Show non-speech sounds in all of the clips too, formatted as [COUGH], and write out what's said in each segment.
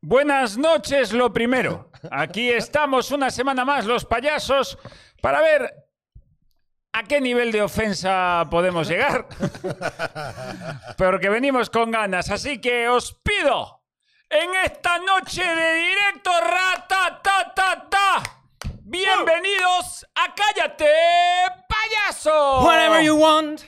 Buenas noches, lo primero. Aquí estamos una semana más los payasos para ver a qué nivel de ofensa podemos [LAUGHS] llegar. Porque venimos con ganas, así que os pido en esta noche de directo rata ta ta ta. Bienvenidos a Cállate Payaso. Whatever you want,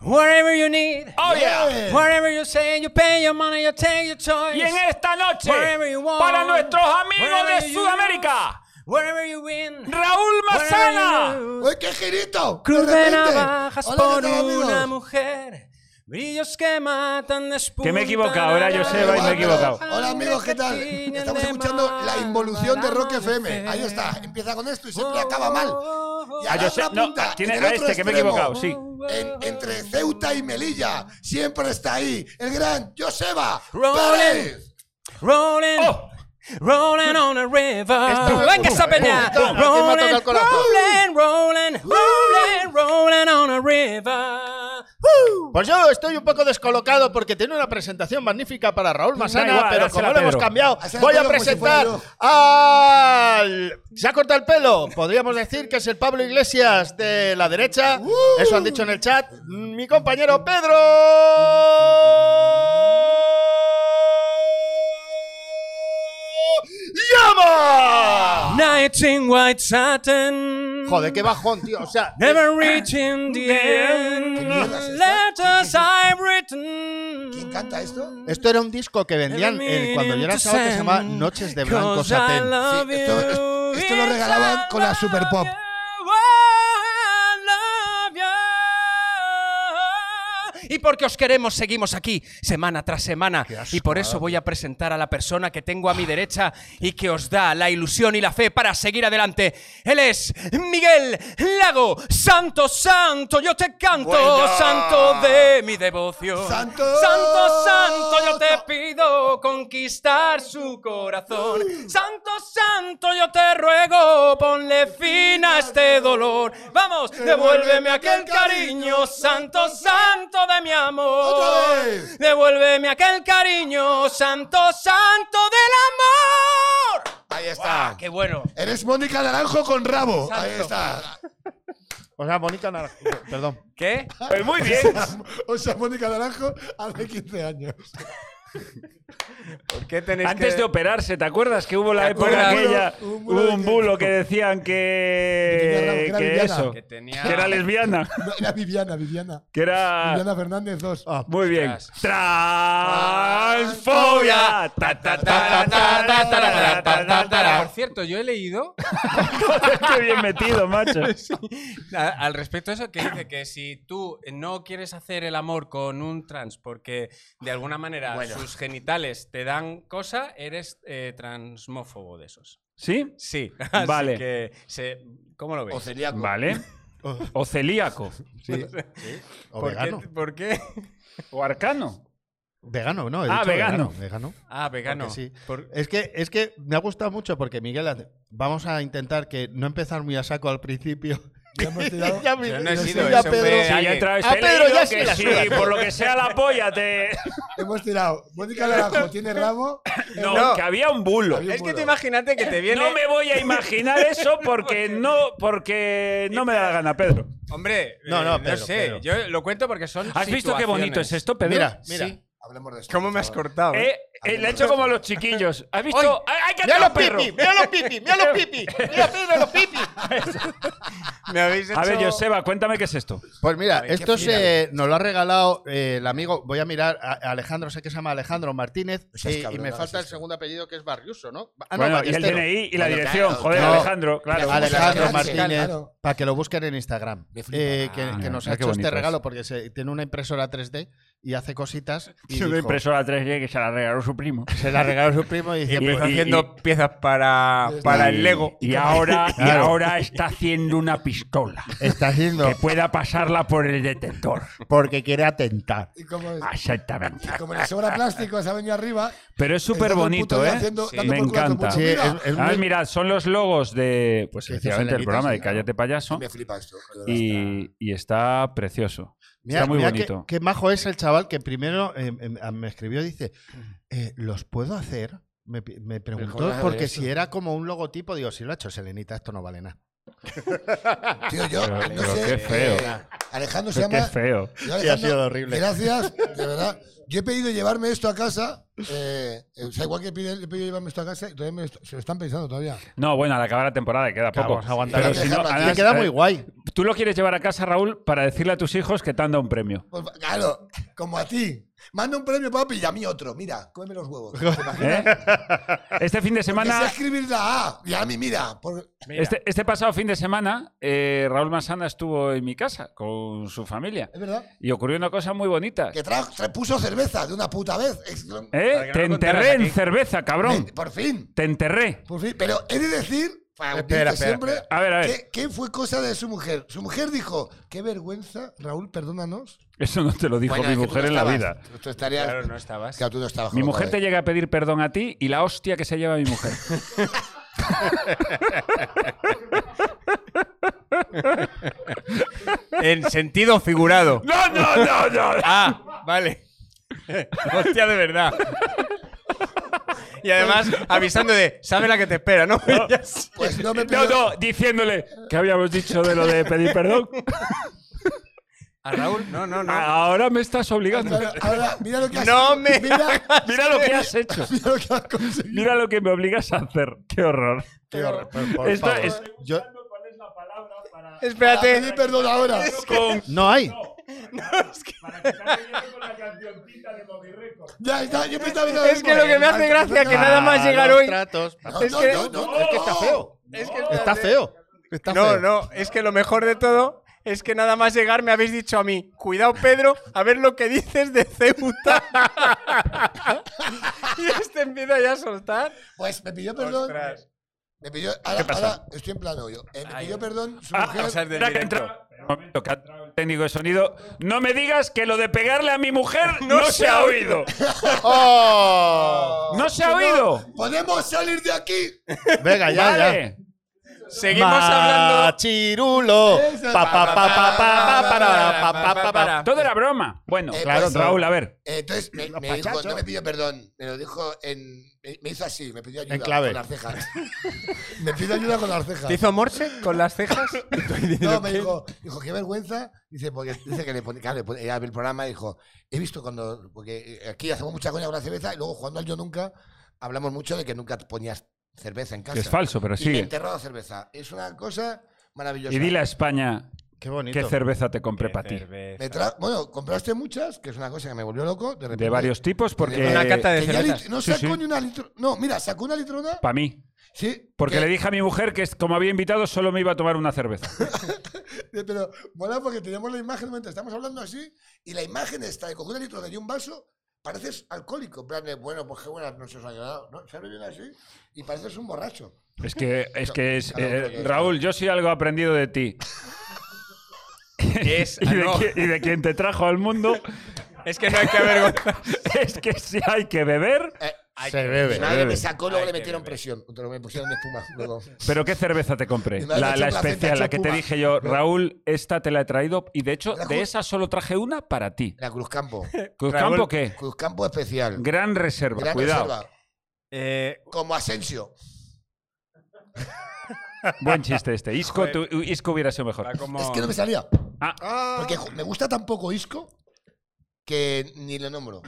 whatever you need, Oh yeah. whatever you say, you pay your money, you take your choice. Y en esta noche Wherever you want, para nuestros amigos wherever de you Sudamérica. Wherever you win, Raúl Mazana. wherever you lose. ¡Uy, qué girito! Cruz ¡De de repente! navajas Hola, por ¿qué tal, amigos? una mujer. Brillos que matan después. Que me he equivocado, era Joseba y me he equivocado. Hola amigos, ¿qué tal? Estamos escuchando la involución de Rock FM. Ahí está, empieza con esto y siempre Oh, acaba mal. Y A agarra José- la Ah, no, punta a- tiene en el a otro este que me he extremo. equivocado, sí. En- entre Ceuta y Melilla, siempre está ahí el gran Joseba Rolling. Pérez. Rolling, Oh. rolling on a river. Venga esa peña. Aquí me ha tocado Rolling, el corazón. rolling, rolling, rolling, rolling on a river. Woo. Pues yo estoy un poco descolocado porque tenía una presentación magnífica para Raúl Da Masana, igual, pero dásela como a lo hemos Pedro. cambiado, Dásela a voy a Pedro como si fuera presentar yo. al... Se ha cortado el pelo, podríamos decir que es el Pablo Iglesias de la derecha, eso han dicho en el chat, mi compañero Pedro... ¡Llama! Night in white satin. Joder, qué bajón, tío, o sea... Never reaching the end. mierda es esta? Letters I've written. ¿Quién canta esto? Esto era un disco que vendían eh, cuando yo era chaval que se llamaba Noches de Blanco Satén. Sí, esto- esto- esto lo regalaban con la Super Pop. Y porque os queremos, seguimos aquí semana tras semana. asco, Y por eso voy a presentar a la persona que tengo a mi derecha y que os da la ilusión y la fe para seguir adelante. Él es Miguel Lago, Santo, Santo, yo te canto, Buena. Santo de mi devoción. Santo. Santo, Santo, yo te pido conquistar su corazón. Santo, santo, yo te ruego, ponle fin a este dolor. Vamos, devuélveme aquel cariño, santo, santo de mi Otra amor. vez. Devuélveme aquel cariño, santo, santo del amor. Ah, Ahí está. Qué bueno. Eres Mónica Naranjo con rabo. Ahí Exacto. está. O sea, bonita naranja. Perdón. ¿Qué? Pues muy bien. [LAUGHS] O sea, Mónica Naranjo hace 15 años. ¿Por qué tenéis Antes que- de operarse, ¿te acuerdas que hubo la ¿Te época acuerdas? aquella? Un bulo- un Hubo bulo un de bulo que- que decían que. Que tenía la- que que era eso. lesbiana. que tenía... Que era lesbiana. No, Era Viviana, Viviana. Que era. Viviana Fernández 2. Ah. Muy bien. Ostras. Transfobia. Ta, ta, ta, ta, ta, ta, ta, ta, ta, Por ta. cierto, yo he leído Joder, [LAUGHS] qué bien metido, macho. a- al respecto a eso que dice que si tú no quieres hacer el amor con un trans porque de alguna manera sus genitales te dan cosa, eres eh, transmófobo de esos. ¿Sí? Sí, [LAUGHS] así Vale. que se- ¿cómo lo ves? celíaco. Vale. O celíaco. O ¿Por vegano. qué, por qué? O arcano. Vegano, no. he Ah, dicho vegano. Vegano. Ah, vegano. Porque sí. Por- Es, que, es que me ha gustado mucho porque, Miguel, hace- vamos a intentar que no empezar muy a saco al principio. [LAUGHS] Ya hemos tirado. [LAUGHS] Ya me- Yo no he sí, sido ya ese Pedro. hombre. Sí, ya Alguien. entra Ah, este Pedro, lío ya que sí la sí, suda. por lo que sea la polla te. Hemos tirado. Mónica Naranjo tiene rabo. [LAUGHS] No, No. que había un bulo. Había un Es que bulo. te imagínate que te viene... No me voy a imaginar eso porque no, porque no me da la gana, Pedro. Hombre, No, eh, no, Pedro, sé. Pedro. Yo lo cuento porque son. ¿Has visto qué bonito es esto, Pedro? Mira, mira. Sí. Hablemos de esto. ¿Cómo por me has favor. cortado? Eh, eh, le he hecho como a los chiquillos. ¿Has visto? ¡Ay, ¡Hay que Mira atar los un perro! pipi, mira los pipi, mira [LAUGHS] los pipi, mira Pedro los pipi. Me habéis hecho. A ver, Joseba, cuéntame qué es esto. Pues mira, Ay, qué esto fina. se, nos lo ha regalado eh, el amigo, voy a mirar, a a Alejandro, sé que se llama Alejandro Martínez, No seas y, y cabrón, me no falta hagas el esto. segundo apellido que es Barriuso, ¿no? Ah, no, Bueno, y el Ballesteros. DNI y la Bueno, dirección. claro, Joder, no. Alejandro, claro. Alejandro Claro, Martínez, claro. para que lo busquen en Instagram. Me flipa. Eh, que, que Ah, mira nos ha qué hecho este bonito regalo es. porque se- tiene una impresora 3D y hace cositas. [LAUGHS] Y Es una dijo- impresora 3D que se la regaló su primo. Se [LAUGHS] la regaló su primo y dice: Y- pues, Está haciendo piezas para, para el Lego. Y ahora, y Claro. ahora está haciendo una pistola Está haciendo que pueda pasarla por el detector. porque quiere atentar. Y como, Ah. Exactamente. y como le sobra plástico, se ha [LAUGHS] venido arriba. Pero es súper bonito, Dando ¿eh? el puto dedo haciendo- Sí. dando Me por culo a tu encanta. puto, Sí, mira. es- es A ver, muy- mirad, Ah, son los logos de, pues, Sí, sí, efectivamente, se le el quita, programa sí, de claro. Cállate Payaso. Me flipa esto. de verdad. Y, y está precioso. Mira, está muy mira bonito. em, Qué, qué majo es el chaval que primero eh, eh, me escribió: dice, eh, ¿los puedo hacer? Me, pi- me preguntó joder, porque eso. si era como un logotipo, digo, si lo ha hecho Selenita, esto no vale nada. Tío, yo Pero- no pero sé. qué feo. eh, Alejandro se Qué llama. feo. yo, Sí, ha Alejandro, sido horrible. Gracias, de verdad. [LAUGHS] Yo he pedido llevarme esto a casa. eh, o sea, igual que pide- le he pedido llevarme esto a casa, y todavía me lo est- se lo están pensando todavía. No, bueno, al acabar la temporada que queda poco. Vamos a aguantar. Pero Hay que si no, dejarlo aquí. además, Te queda eh, muy guay. Tú lo quieres llevar a casa, Raúl, para decirle a tus hijos que te han dado un premio. Pues, claro, como a ti. Manda un premio, papi, y a mí otro. Mira, cómeme los huevos. ¿Te imaginas? ¿eh? Este fin de Que sé semana escribir la A. Y a mí, mira. por- Este, este pasado fin de semana, eh, Raúl Masana estuvo en mi casa con su familia Es verdad. y ocurrió una cosa muy bonita. Que trajo, se puso cerveza de una puta vez. Es- ¿Eh? Para que no Te lo contaras enterré en aquí. cerveza, cabrón. Me- por fin. Te enterré. Por fin. Pero he de decir. para Espera, unirte espera, siempre, espera. A ver, a ver. Que, que fue cosa de su mujer. Su mujer dijo: Qué vergüenza, Raúl, perdónanos. Eso no te lo dijo Bueno, mi es que tú mujer no en la estabas. vida. Tú- tú estarías- Claro, no estabas. Claro, tú no estabas Mi con mujer lo te de- llega a pedir perdón a ti y la hostia que se lleva mi mujer. En sentido [LAUGHS] figurado. [LAUGHS] ¡No, no, no, [LAUGHS] no! Ah, [LAUGHS] vale. Hostia, de verdad. Y además avisando de, sabe la que te espera, ¿no? [LAUGHS] Ya sé. Pues no [LAUGHS] me No, pidió- no, diciéndole que habíamos dicho de lo de pedir perdón. A Raúl, no, no, no. [LAUGHS] Ahora me estás obligando. Ahora, ahora, mira lo que has No me Mira, [LAUGHS] Mira lo que has hecho. mira lo que has conseguido. Mira lo que me obligas a hacer. ¡Qué horror! Tío, por- por Esto favor. es- Yo- Espérate. Pedí perdón ahora. no hay. Ya está, yo pensaba lo Es que mismo. lo que me hace gracia que nada más Ah, llegar los hoy. tratos. No, es no, que- no, no, Es que está no. feo. Es que Está feo. Está No, feo. no, es que lo mejor de todo es que nada más llegar me habéis dicho a mí, cuidado Pedro, a ver lo que dices de Ceuta. [LAUGHS] y este empieza ya a soltar. Pues me pidió perdón. Ostras. Me pidió. Ahora, ahora estoy en plan hoyo. Eh, me pidió perdón su Ah, mujer. o sea, es del Espera que directo. entra- un momento, que ha entrado el técnico de sonido. No me digas que lo de pegarle a mi mujer [LAUGHS] no, se ha oído. ¡Oh! ¡No se ha oído! ¡Podemos salir de aquí! Venga, ya, ya. Vale. Seguimos hablando. Machirulo. Pa, pa, pa, pa, pa, pa, para, pa, pa, pa, pa. Todo era broma. Bueno, Eh, claro, pues, Raúl, a ver. Eh, Entonces me, me dijo, no me pidió perdón, me lo dijo en. Me me hizo así, me pidió ayuda En clave. con las cejas. [LAUGHS] me pidió ayuda con las cejas. ¿Te hizo morse con las [LAUGHS] cejas? [LAUGHS] No, me dijo, dijo, qué vergüenza. Dice, porque dice que le pone, claro, le pone- ella ve el programa y dijo, he visto cuando, porque eh, aquí hacemos mucha coña con la cerveza y luego jugando al Yo Nunca, hablamos mucho de que nunca te ponías cerveza en casa. Es falso, pero Y me sigue. enterró la cerveza. Es una cosa maravillosa. Y dile a España Qué bonito. qué cerveza te compré para ti. Me tra- bueno, compraste muchas, que es una cosa que me volvió loco. De, repente, De varios tipos, porque. Una cata de Que ya cervezas. lit- no Sí, sacó sí. ni una litrona. No, mira, sacó una litrona. Para mí. Sí. Porque que- le dije a mi mujer que, como había invitado, solo me iba a tomar una cerveza. Eh, Pero mola porque tenemos la imagen mientras estamos hablando así y la imagen está de coger un litro de un vaso, pareces alcohólico. En plan de, bueno, pues qué buenas noches ha quedado. ¿no? Se viene así y pareces un borracho. Es que, es que es. Claro, eh, porque es- Ah, Raúl, yo sí algo he aprendido de ti. Es, [LAUGHS] Y ah, de, no, qui- y de quien te trajo al mundo. [LAUGHS] es que no hay que avergonzar. [LAUGHS] Es que si hay que beber. Eh, Se bebe. mi madre bebe. me sacó, luego Ay, le que metieron bebe. presión. Otro, me pusieron espuma. [LAUGHS] Luego. ¿Pero qué cerveza te Mi compré? madre ha La, hecho la placenta, especial, ha la hecho que te puma. dije yo, Raúl, esta te la he traído y de hecho Raúl. de esa solo traje una para ti. La Cruzcampo. ¿Cruzcampo qué? Cruzcampo especial. Gran reserva, Gran cuidado. reserva. Eh, Como Asensio. Buen chiste este. Isco, Joder. tu- Isco hubiera sido mejor. va como- Es que no me salía. Ah. Porque jo, me gusta tan poco Isco que ni lo nombro.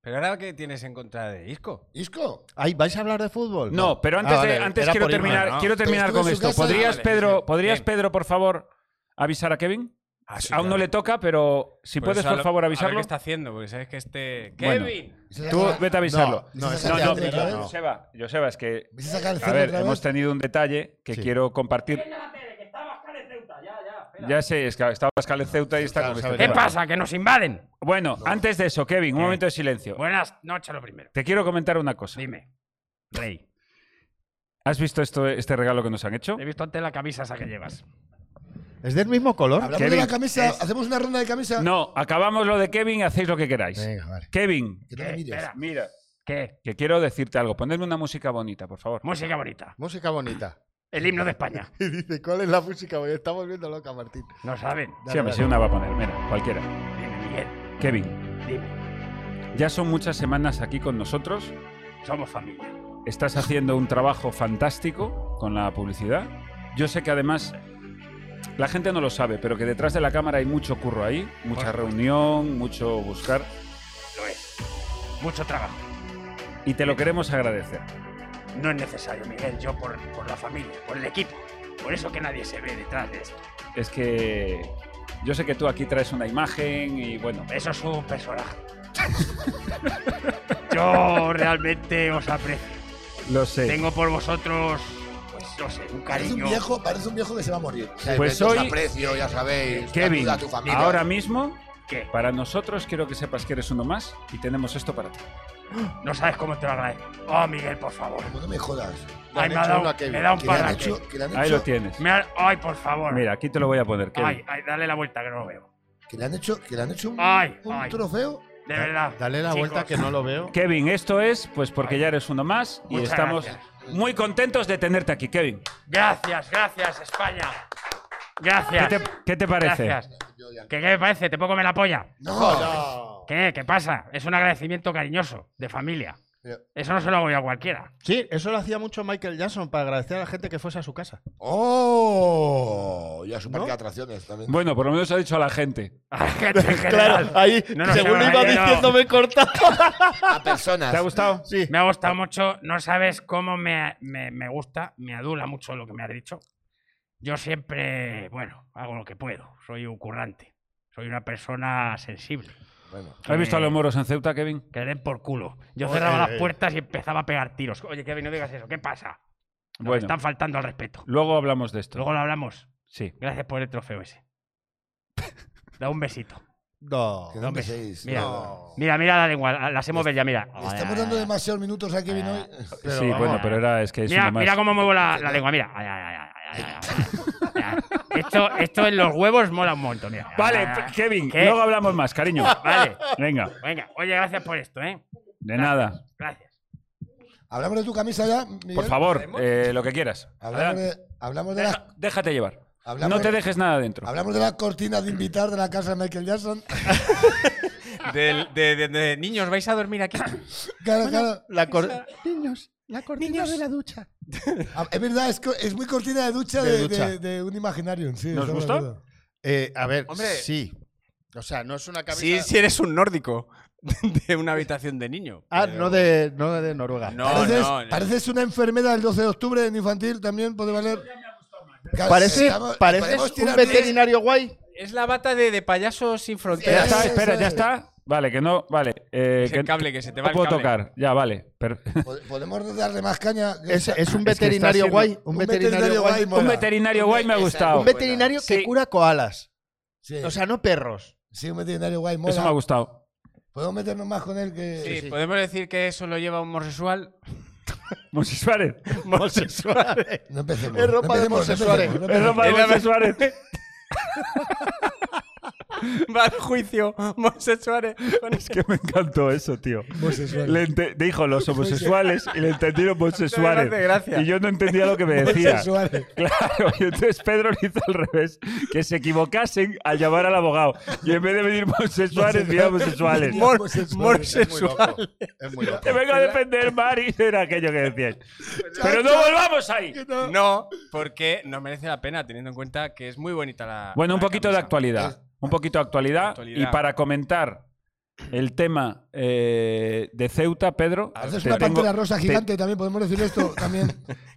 Pero ahora, ¿qué tienes en contra de Isco? ¿Isco? Ay, ¿vais a hablar de fútbol? No, pero antes, Ah, de- vale, antes era quiero por irme. terminar, ¿no? quiero Pero terminar estuve con en su esto. casa. ¿Podrías, Ah, vale, Pedro, sí, sí. ¿podrías Bien. Pedro, por favor, avisar a Kevin? Ah, sí, Aún no claro. le toca, pero si Pues puedes, a por lo- favor, a ver avisarlo. ¿Qué está haciendo? Porque sabes que este. Bueno. ¡Kevin! Tú vete a avisarlo. No, no, ¿Ves a ese No, no, sacar te el hace- centro otra no. vez? Joseba, Joseba, es que. ¿Ves a sacar el A centro ver, otra vez? hemos tenido un detalle que Sí. quiero compartir. Ya sé, es que está Pascal en Ceuta y está Claro, con sabe este que ¿Qué tema. va. pasa? ¿Que nos invaden? Bueno, antes de eso, Kevin, un Eh. momento de silencio. Buenas noches, lo primero. Te quiero comentar una [LAUGHS] cosa. Dime, Rey. ¿Has visto esto, este regalo que nos han hecho? He visto antes la camisa esa que llevas. ¿Es del mismo color? Hablamos Kevin, de la camisa, hacemos una ronda de camisa. No, acabamos lo de Kevin y hacéis lo que queráis. Venga, vale. Kevin, Que no me Eh, mires. espera. mira, ¿Qué? que quiero decirte algo. Ponedme una música bonita, por favor. Música bonita. Música bonita. El himno de España. Y dice, ¿cuál es la música? bonita? Estamos viendo loca, Martín. No saben. Sí, hombre, sí, una va a poner. Mira, cualquiera. Dime, Miguel. Kevin, Dime. ya son muchas semanas aquí con nosotros. Somos familia. Estás haciendo un trabajo fantástico con la publicidad. Yo sé que además la gente no lo sabe, pero que detrás de la cámara hay mucho curro ahí, mucha reunión, mucho buscar. Lo es. Mucho trabajo. Y te lo queremos agradecer. No es necesario, Miguel, yo por, por la familia, por el equipo. Por eso que nadie se ve detrás de esto. Es que yo sé que tú aquí traes una imagen y bueno, Eso es un [LAUGHS] personaje. yo realmente os aprecio. lo sé. Tengo por vosotros, pues no sé, un Parece un cariño. viejo, parece un viejo que se va a morir. Pues hoy soy- aprecio, ya sabéis. Kevin, saluda a tu familia. ahora mismo, ¿Qué? para nosotros quiero que sepas que eres uno más y tenemos esto para ti. No sabes cómo te lo agradezco. Oh, Miguel, por favor. Como no me jodas. Ay, me, ha uno dado, a Kevin, me da un Que le han parraque. hecho, que le han Ahí hecho- lo tienes. Me ha- Ay, por favor. Mira, aquí te lo voy a poner, Kevin. Ay, ay, dale la vuelta que no lo veo. que le han hecho, que le han hecho un, Ay, un ay. trofeo. De verdad. Dale la vuelta que Chicos, no lo veo. Kevin, esto es pues porque ya eres uno más y Muchas estamos gracias. muy contentos de tenerte aquí, Kevin. Gracias, gracias, España. ¿Qué Gracias. te, qué te parece? Gracias. ¿Qué, ¿Qué me parece? ¿Te puedo comer la polla? No, ¿Qué? ¿Qué pasa? Es un agradecimiento cariñoso, de familia. Mira. Eso no se lo hago yo a cualquiera. [LAUGHS] Sí, eso lo hacía mucho Michael Jackson para agradecer a la gente que fuese a su casa. ¡Oh! Ya es un parque de atracciones también. Bueno, por lo menos ha dicho a la gente. A la gente en general. ahí, No, no, según no, iba no, no. diciendo, me cortaba. A personas. ¿Te ha gustado? Sí. Me ha gustado mucho. No sabes cómo me, me- me gusta. Me adula mucho lo que me has dicho. Yo siempre, bueno, hago lo que puedo. Soy un currante. Soy una persona sensible. Bueno. ¿Has visto Eh. a los moros en Ceuta, Kevin? Que le den por culo. Yo Oye, cerraba eh, las puertas y empezaba a pegar tiros. Oye, Kevin, no digas eso. ¿Qué pasa? Nos Bueno. están faltando al respeto. Luego hablamos de esto. Luego lo hablamos. Sí. Gracias por el trofeo ese. Da un besito. No. Que no empecéis. Mira. No. Mira, mira la lengua, la- las hemos ya, mira. Le Estamos dando demasiados minutos a Kevin hoy. sí, bueno, pero era es que es Mira, uno más. mira cómo muevo la, la lengua, mira. Ay, ay, ay, ay, ay, ay, ay, ay. Esto, esto en los huevos mola un montón, mira. Vale, Ah, p- Kevin, ¿Qué? luego hablamos más, cariño. Vale. Venga, Venga, oye, gracias por esto, ¿eh? de nada. Gracias. Hablamos de tu camisa ya, Miguel. Por favor, eh, lo que quieras. Hablamos Adelante. de, hablamos de las Déjate llevar. Hablamos- No te dejes nada dentro. hablamos de las cortinas de invitar de la casa de Michael Jackson. [LAUGHS] Del- De, de- de niños, vais a dormir [COUGHS] aquí. Claro, claro. La cor- La cortina de la ducha. Ah, Es verdad, es, co- es muy cortina de ducha De de, ducha. de- de un imaginario. Sí, ¿Nos estamos de gustó? acuerdo. Eh, a ver, Hombre. sí. O sea, no es una cabeza. Sí, si eres un nórdico [LAUGHS] de una habitación de niño. Ah, pero- no de, no de Noruega. No, Pareces, no, no. pareces una enfermera del 12 de octubre en infantil, también puede valer. ¿eh? Claro, Parece, estamos- podemos pareces un tirar veterinario guay. Es la bata de, de payasos sin Ya fronteras. está, Eso, espera, eso ya es. está. Vale, que no, vale. eh, Es el cable que se te no va el puedo cable. tocar, ya, vale. per- [LAUGHS] bien. Pod- Podemos darle más caña. Es, es un Es que está veterinario siendo- guay. Un, Un veterinario, veterinario guay. guay mola. Un Hola. veterinario guay me ha Esa es gustado. Un veterinario que Sí. cura koalas. Sí, O sea, no perros. sí, un veterinario guay, mola. Eso me ha gustado. [LAUGHS] Podemos meternos más con él que. Sí, podemos decir que eso lo lleva homosexual. Monse [LAUGHS] Suárez. Monse Suárez. No empecemos. Es ropa no de empecemos, Monse no empecemos, Suárez. no Es empecemos. ropa de Es la- Monse Suárez. [LAUGHS] [LAUGHS] Va al juicio homosexual. [LAUGHS] Es que me encantó eso, tío. Monse Suárez. Le ente- dijo los homosexuales y le entendieron Monse [LAUGHS] Suárez. hace gracia. Y yo no entendía lo que [LAUGHS] me decía. Monse Suárez. [LAUGHS] Claro, y entonces Pedro lo hizo al revés, que se equivocasen al llamar al abogado. Y en vez de venir Monse Suárez, venía Monse Suárez. Mon- Homosexual. Es muy loco. Te vengo a defender, Mari. [LAUGHS] Era aquello que decías. Pero no volvamos ahí. No, porque no merece la pena, teniendo en cuenta que es muy bonita la. Bueno, un la poquito de camisa. actualidad. Un poquito de actualidad. Actualidad. Y para comentar el tema eh, de Ceuta, Pedro, Haces te una tengo- pantera rosa te- gigante también, podemos decir esto [LAUGHS] también.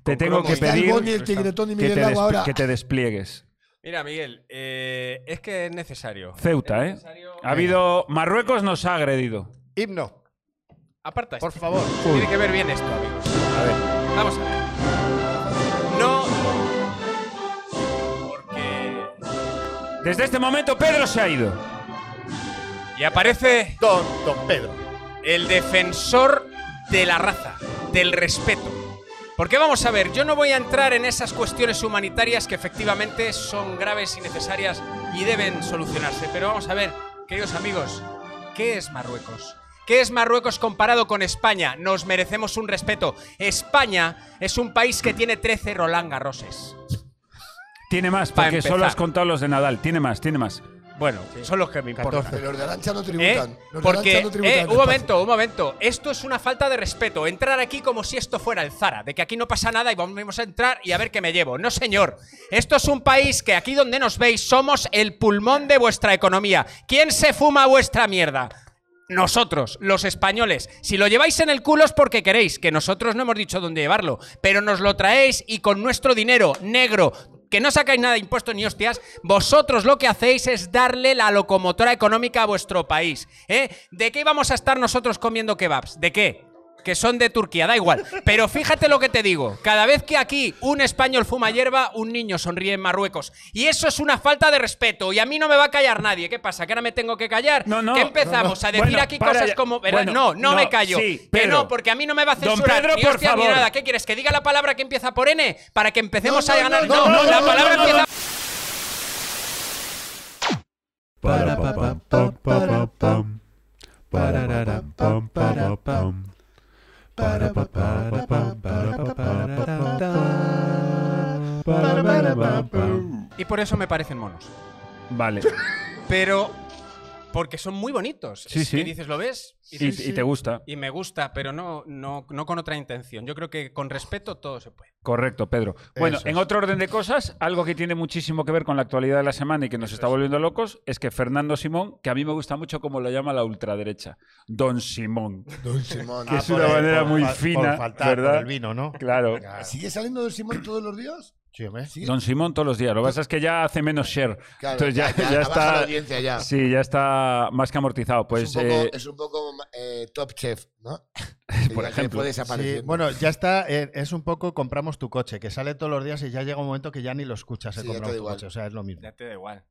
te tengo que Está el pedir Boni, el que Tigretón y te, Miguel Lago despl- ahora. que te despliegues. Mira, Miguel, eh, es que es necesario. Ceuta, Es ¿eh? necesario- Ha habido. Marruecos nos ha agredido. [LAUGHS] Himno, Aparta esto. por favor. Tiene que ver bien esto, amigos. A ver. Vamos a ver. No. Porque. Desde este momento, Pedro se ha ido. Y aparece Don, don Pedro. el defensor de la raza, del respeto. Porque vamos a ver, yo no voy a entrar en esas cuestiones humanitarias que efectivamente son graves y necesarias y deben solucionarse. Pero vamos a ver, queridos amigos, ¿qué es Marruecos? ¿Qué es Marruecos comparado con España? Nos merecemos un respeto. España es un país que tiene 13 Roland Garroses. Tiene más, Pa' porque solo empezar. has contado los de Nadal. Tiene más, tiene más. Bueno, son los que me importan. Pero los de Arancha no ¿Eh? tributan. Los de Porque, Arantxa no tributan. eh, un despacio. momento, un momento. Esto es una falta de respeto. Entrar aquí como si esto fuera el Zara, de que aquí no pasa nada y vamos a entrar y a ver qué me llevo. No, señor. Esto es un país que aquí donde nos veis somos el pulmón de vuestra economía. ¿Quién se fuma vuestra mierda? Nosotros, los españoles, si lo lleváis en el culo es porque queréis, que nosotros no hemos dicho dónde llevarlo, pero nos lo traéis y con nuestro dinero negro, que no sacáis nada de impuestos ni hostias, vosotros lo que hacéis es darle la locomotora económica a vuestro país. ¿eh? ¿De qué íbamos a estar nosotros comiendo kebabs? ¿De qué? Que son de Turquía, da igual. Pero fíjate lo que te digo. Cada vez que aquí un español fuma hierba, un niño sonríe en Marruecos. Y eso es una falta de respeto. Y a mí no me va a callar nadie. ¿Qué pasa? ¿Que ahora me tengo que callar? No, no, ¿Qué empezamos no, no. a decir Bueno, aquí para cosas ya. como... ¿verdad? Bueno, no, no, no, me callo. sí, que Pedro. no, porque a mí no me va a Don censurar. Pedro, ni por hostia, ni favor. nada. ¿Qué quieres? ¿Que diga la palabra que empieza por N? Para que empecemos No, a no, ganar. no, No, no, la no, palabra no, no, empieza Para pa pam pam para pam. Para pam pam para pam. Para pa para pam para pa para pam. Para para pam pam. Y por eso me parecen monos. [LAUGHS] Vale. Pero porque son muy bonitos. Sí, Es que sí. dices, ¿lo ves? Y, Y, dices, y te gusta. "Y me gusta, pero no, no, no con otra intención. Yo creo que con respeto todo se puede. Correcto, Pedro. Bueno, Eso en es. otro orden de cosas, algo que tiene muchísimo que ver con la actualidad de la semana y que nos está volviendo locos es que Fernando Simón, que a mí me gusta mucho como lo llama la ultraderecha, Don Simón. Don Simón. Que es una manera muy fa- fina, Ah, Por faltar ¿verdad? por el vino, ¿no? Claro. ¿Sigue saliendo Don Simón todos los días? Sí, hombre. ¿Sigue? Don Simón todos los días. Lo que pasa es que ya hace menos share. Claro, Entonces ya, ya ha bajado la está. audiencia ya. Sí, ya está más que amortizado. Pues Ah. es un poco, eh, es un poco, eh, top chef, [LAUGHS] ¿no? Que ya- que ejemplo. Puede desaparecer. Sí, bueno, ya está, eh, es un poco compramos tu coche, que sale todos los días y ya llega un momento que ya ni lo escuchas el Sí, ya te compramos da tu igual. coche, o sea, es lo mismo. Ya te da igual.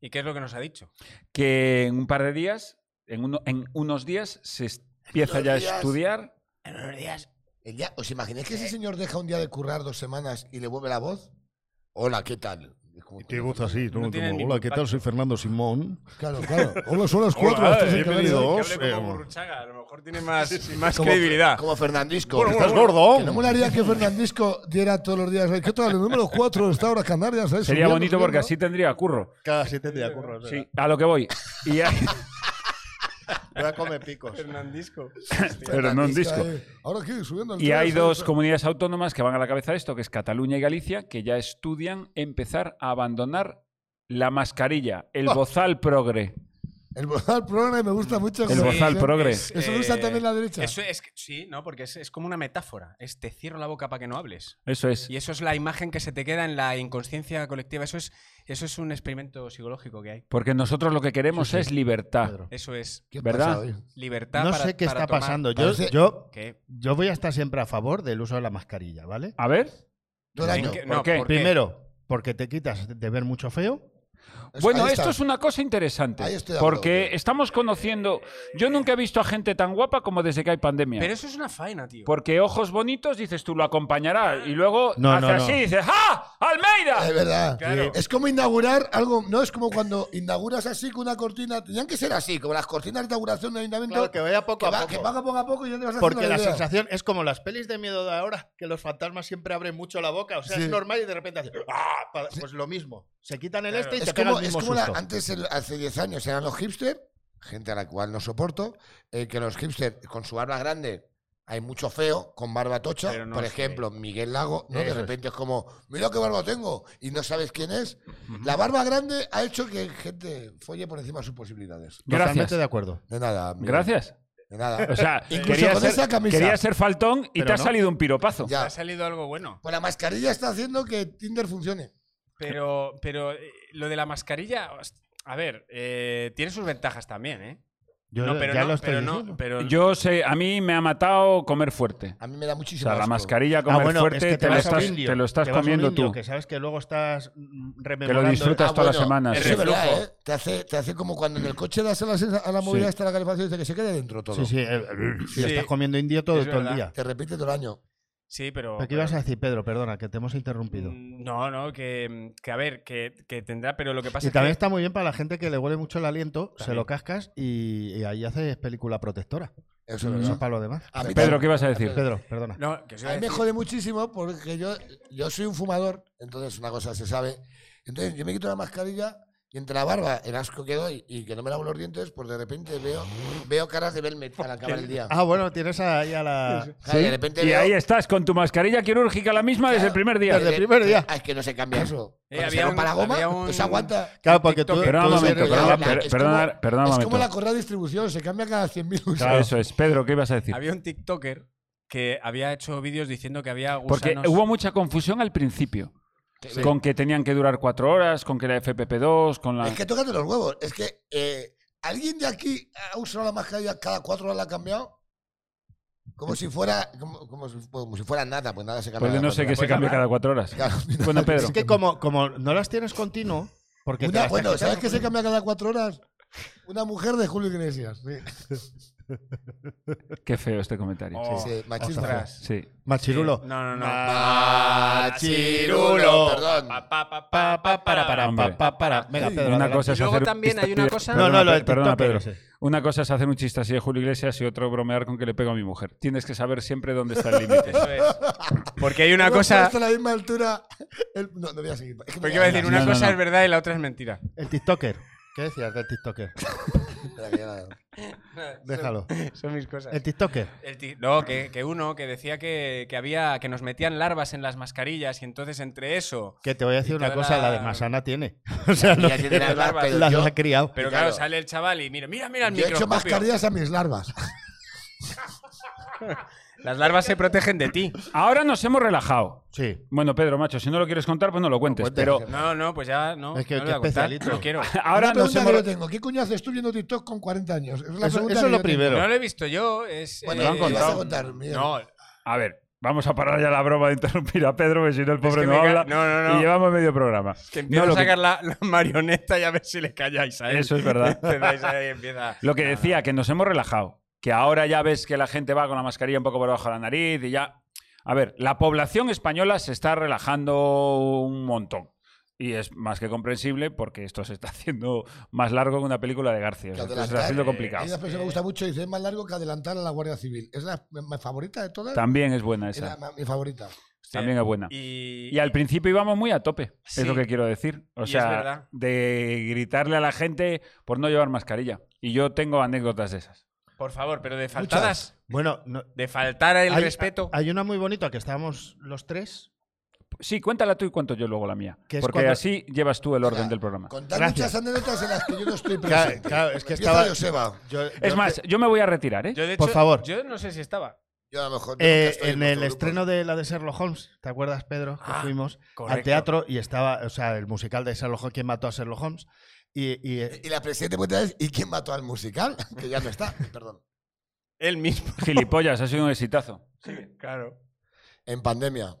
¿Y qué es lo que nos ha dicho? que en un par de días, en, uno- en unos días, se es- empieza unos ya a días. estudiar. El día- Eh, ¿Os imagináis que ese señor deja un día de currar dos semanas y le vuelve la voz? Hola, ¿qué tal? Es como- así, ¿no? No tiene el Como, mismo "Hola, ¿qué tal? impacto. Soy Fernando Simón. Claro, claro. [LAUGHS] Hola, son las cuatro, las tres en Canarias. Que Dos, hable eh, como bueno. Burruchaga, a lo mejor tiene más, más credibilidad. Como Fernandisco. ¿Estás gordo? Que no molaría que Fernandisco diera todos los días. ¿Qué tal? El número 4 está ahora Canarias. ¿eh? Sería Subiendo, bonito porque subiendo. así tendría curro. Cada siete días curro, Sí, a lo que voy. Y ahí- Ahora come [LAUGHS] picos. Fernandisco. pero no un disco. eh. Ahora aquí, subiendo. el Y hay tren, dos eh. comunidades autónomas que van a la cabeza de esto, que es Cataluña y Galicia, que ya estudian empezar a abandonar la mascarilla, el bozal progre. El [LAUGHS] bozal progre me gusta mucho. El bozal Sí. progre. Eso lo usa también la derecha. eh, Eso es, que- sí, no, porque es, es como una metáfora. Es te cierro la boca para que no hables. Eso es. Y eso es la imagen que se te queda en la inconsciencia colectiva. Eso es, eso es un experimento psicológico que hay. Porque nosotros lo que queremos es libertad. Pedro. Eso es ¿Qué ¿Verdad? pasa hoy? libertad. No para- sé qué para está tomar- pasando. Yo, Parece- yo, ¿Qué? yo voy a estar siempre a favor del uso de la mascarilla, ¿vale? A ver. Todo el ¿En año. qué- ¿por qué? ¿por qué? Primero, porque te quitas de ver mucho feo. Bueno, ahí esto está. es una cosa interesante. Ahí estoy de acuerdo, Porque tío. estamos conociendo. Yo nunca he visto a gente tan guapa como desde que hay pandemia. Pero eso es una faena, tío. Porque ojos bonitos, dices tú, lo acompañará. Y luego No, hace no, no. así, dices, ¡Ah! Es Eh, ¡Almeida! verdad. Claro. Es como inaugurar algo. No es como cuando inauguras así con una cortina. Tenían que ser así, como las cortinas de inauguración de ayuntamiento. vaya poco que va- que van poco a poco y ya te vas Porque haciendo la idea. sensación es como las pelis de miedo de ahora, que los fantasmas siempre abren mucho la boca. O sea, es Sí. normal y de repente hacen. "Ah", pa- Pues lo mismo. Se quitan el este y Es te pegan como, el es mismo como la- susto. antes, el- hace 10 años, eran los hipsters, gente a la cual no soporto, eh, que los hipsters con su barba grande. Hay mucho feo con barba tocha. Pero no Por es ejemplo, Miguel Lago, ¿no? de Eso es. repente es como, mira qué barba tengo, y no sabes quién es. La barba grande ha hecho que gente folle por encima de sus posibilidades. Totalmente Gracias. de acuerdo. De nada. Miguel, Gracias. De nada. [LAUGHS] O sea, [LAUGHS] Incluso quería con ser, esa camisa. quería ser faltón y Pero te ha no. salido un piropazo. Ya. Ha salido algo bueno. Pues la mascarilla está haciendo que Tinder funcione. Pero, pero eh, lo de la mascarilla, host- a ver, eh, tiene sus ventajas también, ¿eh? Yo no, pero ya no, lo estoy pero no, diciendo. pero Yo sé, a mí me ha matado comer fuerte. A mí me da O muchísimo sea, la asco. mascarilla, Ah, comer bueno, fuerte, es que te, lo vas a un estás, indio, te lo estás te vas a un comiendo indio, tú. Que sabes que luego estás mm, Que lo rememorando. disfrutas Ah, todas las bueno, semanas. Eso sí. es verdad, ¿eh? Te hace, te hace como cuando en el coche das a la, sensa- a la movida Sí. hasta la calefacción y dice que se quede dentro todo. Sí, sí, el- el- Sí. y estás comiendo indio todo, Es todo el verdad. día. Te repite todo el año. sí, pero. ¿Pero ¿Qué pero- ibas a decir, Pedro? Perdona, que te hemos interrumpido. Mm, No, no, que, que a ver, que, que tendrá, pero lo que pasa Y es también que. está muy bien para la gente que le huele mucho el aliento, se También. lo cascas y, y ahí haces película protectora. Eso es Eso es verdad. para lo demás. A mí Pedro, tam- ¿qué ibas a decir? Pedro, perdona. No, que os iba a a mí me decir- jode muchísimo porque yo, yo soy un fumador, entonces una cosa se sabe. Entonces yo me quito la mascarilla Y entre la barba, el asco que doy y que no me lavo los dientes, pues de repente veo, veo caras de Belmet al acabar el día. Ah, bueno, tienes ahí a la. Claro, y de repente Y veo- ahí estás con tu mascarilla quirúrgica la misma desde el primer día. Eh, Desde el primer día. Ah, es que no se cambia eso. Eh, Cuando había se rompa un- la goma, había no se un- aguanta. Claro, porque tú. Perdona tú un momento, eres- perdona, la- per- es perdona, como- perdona un es momento. como la correa de distribución, se cambia cada 100.000 usos. Claro, Eso es. Pedro, ¿qué ibas a decir? Había un TikToker que había hecho vídeos diciendo que había Porque gusanos. hubo mucha confusión al principio. Sí. Con que tenían que durar cuatro horas, con que era FPP2, con la... Es que tócate los huevos. Es que eh, alguien de aquí ha usado la mascarilla cada cuatro horas la ha cambiado. Como si fuera, como, como si, como si fuera nada, pues nada se cambia. Pues no cada sé cuatro qué se horas. cambia cada cuatro horas. [LAUGHS] Claro, Bueno, Pedro. [LAUGHS] Es que como, como no las tienes continuo, porque te Una- las bueno, estás ¿sabes quitando. [LAUGHS] qué se cambia cada cuatro horas? Una mujer de Julio Iglesias. Sí, Qué feo este comentario. Oh, sí, machismo. ostras. Sí. Machirulo. No, no, no. Machirulo. Perdón. Pa, pa, pa, pa, pa, para, para, Hombre. pa, pa, para. Venga, Pedro. Una adelante. cosa es Y luego hacer- este también hay una cosa- Perdona, No, no, lo Pe- del perdona, TikToker Pedro. ese. Una cosa es hacer un chiste así de Julio Iglesias y otro bromear con que le pego a mi mujer. Tienes que saber siempre dónde está el [LAUGHS] límite. Eso es. Porque hay una Hemos cosa. puesto a la misma altura. el- no, no voy a seguir. Es que me Porque voy iba a decir, una No, no, cosa no. es verdad y la otra es mentira. El TikToker. ¿Qué decías del TikToker? Espera, que ya- Déjalo. [LAUGHS] Son mis cosas. El TikToker. El ti- no, que, que uno que decía que, que había que nos metían larvas en las mascarillas y entonces entre eso. Que te voy a decir Y una toda cosa, la... la- de Masana tiene. [LAUGHS] O sea, no ya tiene tiene- las barbas, pero las yo- ha criado. Pero Claro. claro, sale el chaval y mira, mira, mira el Yo he hecho microscopio. mascarillas a mis larvas. Las larvas se protegen de ti. Ahora nos hemos relajado. Sí. Bueno, Pedro, macho, si no lo quieres contar, pues no lo cuentes. cuentes. pero No, no, pues ya no. Es que- no lo voy qué a contar, especialito. No quiero. ahora Una nos pregunta hemos... que yo tengo. ¿Qué coño haces tú viendo TikTok con 40 años? Es la Eso, pregunta eso que es lo yo tengo. primero. No lo he visto yo. Es, Bueno, eh, lo han contado. vas a contar, Miguel. No, A ver, vamos a parar ya la broma de interrumpir a Pedro, porque si no el pobre que no me ca- habla. no, no, no. Y llevamos medio programa. que No, empieza lo a que- sacar la, la marioneta y a ver si le calláis a él. [LAUGHS] Eso es verdad. Le dais ahí y empieza. Lo que No, no. decía, que nos hemos relajado. Que ahora ya ves que la gente va con la mascarilla un poco por debajo de la nariz y ya. A ver, la población española se está relajando un montón. Y es más que comprensible porque esto se está [LAUGHS] haciendo más largo que una película de García. O sea, Que esto se adelantar, está haciendo eh, complicado. Hay una expresión que me gusta mucho y dice, es más largo que adelantar a la Guardia Civil. Es la mi favorita de todas. También es buena Es la- esa. ma- mi favorita. Hostia. También es buena. Y, Y al principio íbamos muy a tope, Sí. es lo que quiero decir. O Y es sea, verdad. de gritarle a la gente por no llevar mascarilla. Y yo tengo anécdotas de esas. Por favor, pero de faltadas. Bueno, no- De faltar el hay, respeto. hay una muy bonita que estábamos los tres. Sí, cuéntala tú y cuento yo luego la mía. Que es Porque cuando- así llevas tú el orden Mira, del programa. Contar Gracias. muchas anécdotas en las que yo no estoy Claro, presente. claro, es que Empieza estaba- Joseba. Yo- Es yo más, te- yo me voy a retirar, ¿eh? Yo, de hecho, por favor. Yo no sé si estaba. Yo a lo mejor. yo eh, nunca estoy en vuestro el grupo. estreno de la de Sherlock Holmes, ¿te acuerdas, Pedro? Que Ah, fuimos al correcto. teatro y estaba, o sea, el musical de Sherlock Holmes, ¿Quién mató a Sherlock Holmes? Y, y, eh, Y la presidente pregunta es: ¿y quién mató al musical? [LAUGHS] Que ya no está. Perdón. Él mismo. [LAUGHS] Gilipollas, ha sido un exitazo. Claro. En pandemia.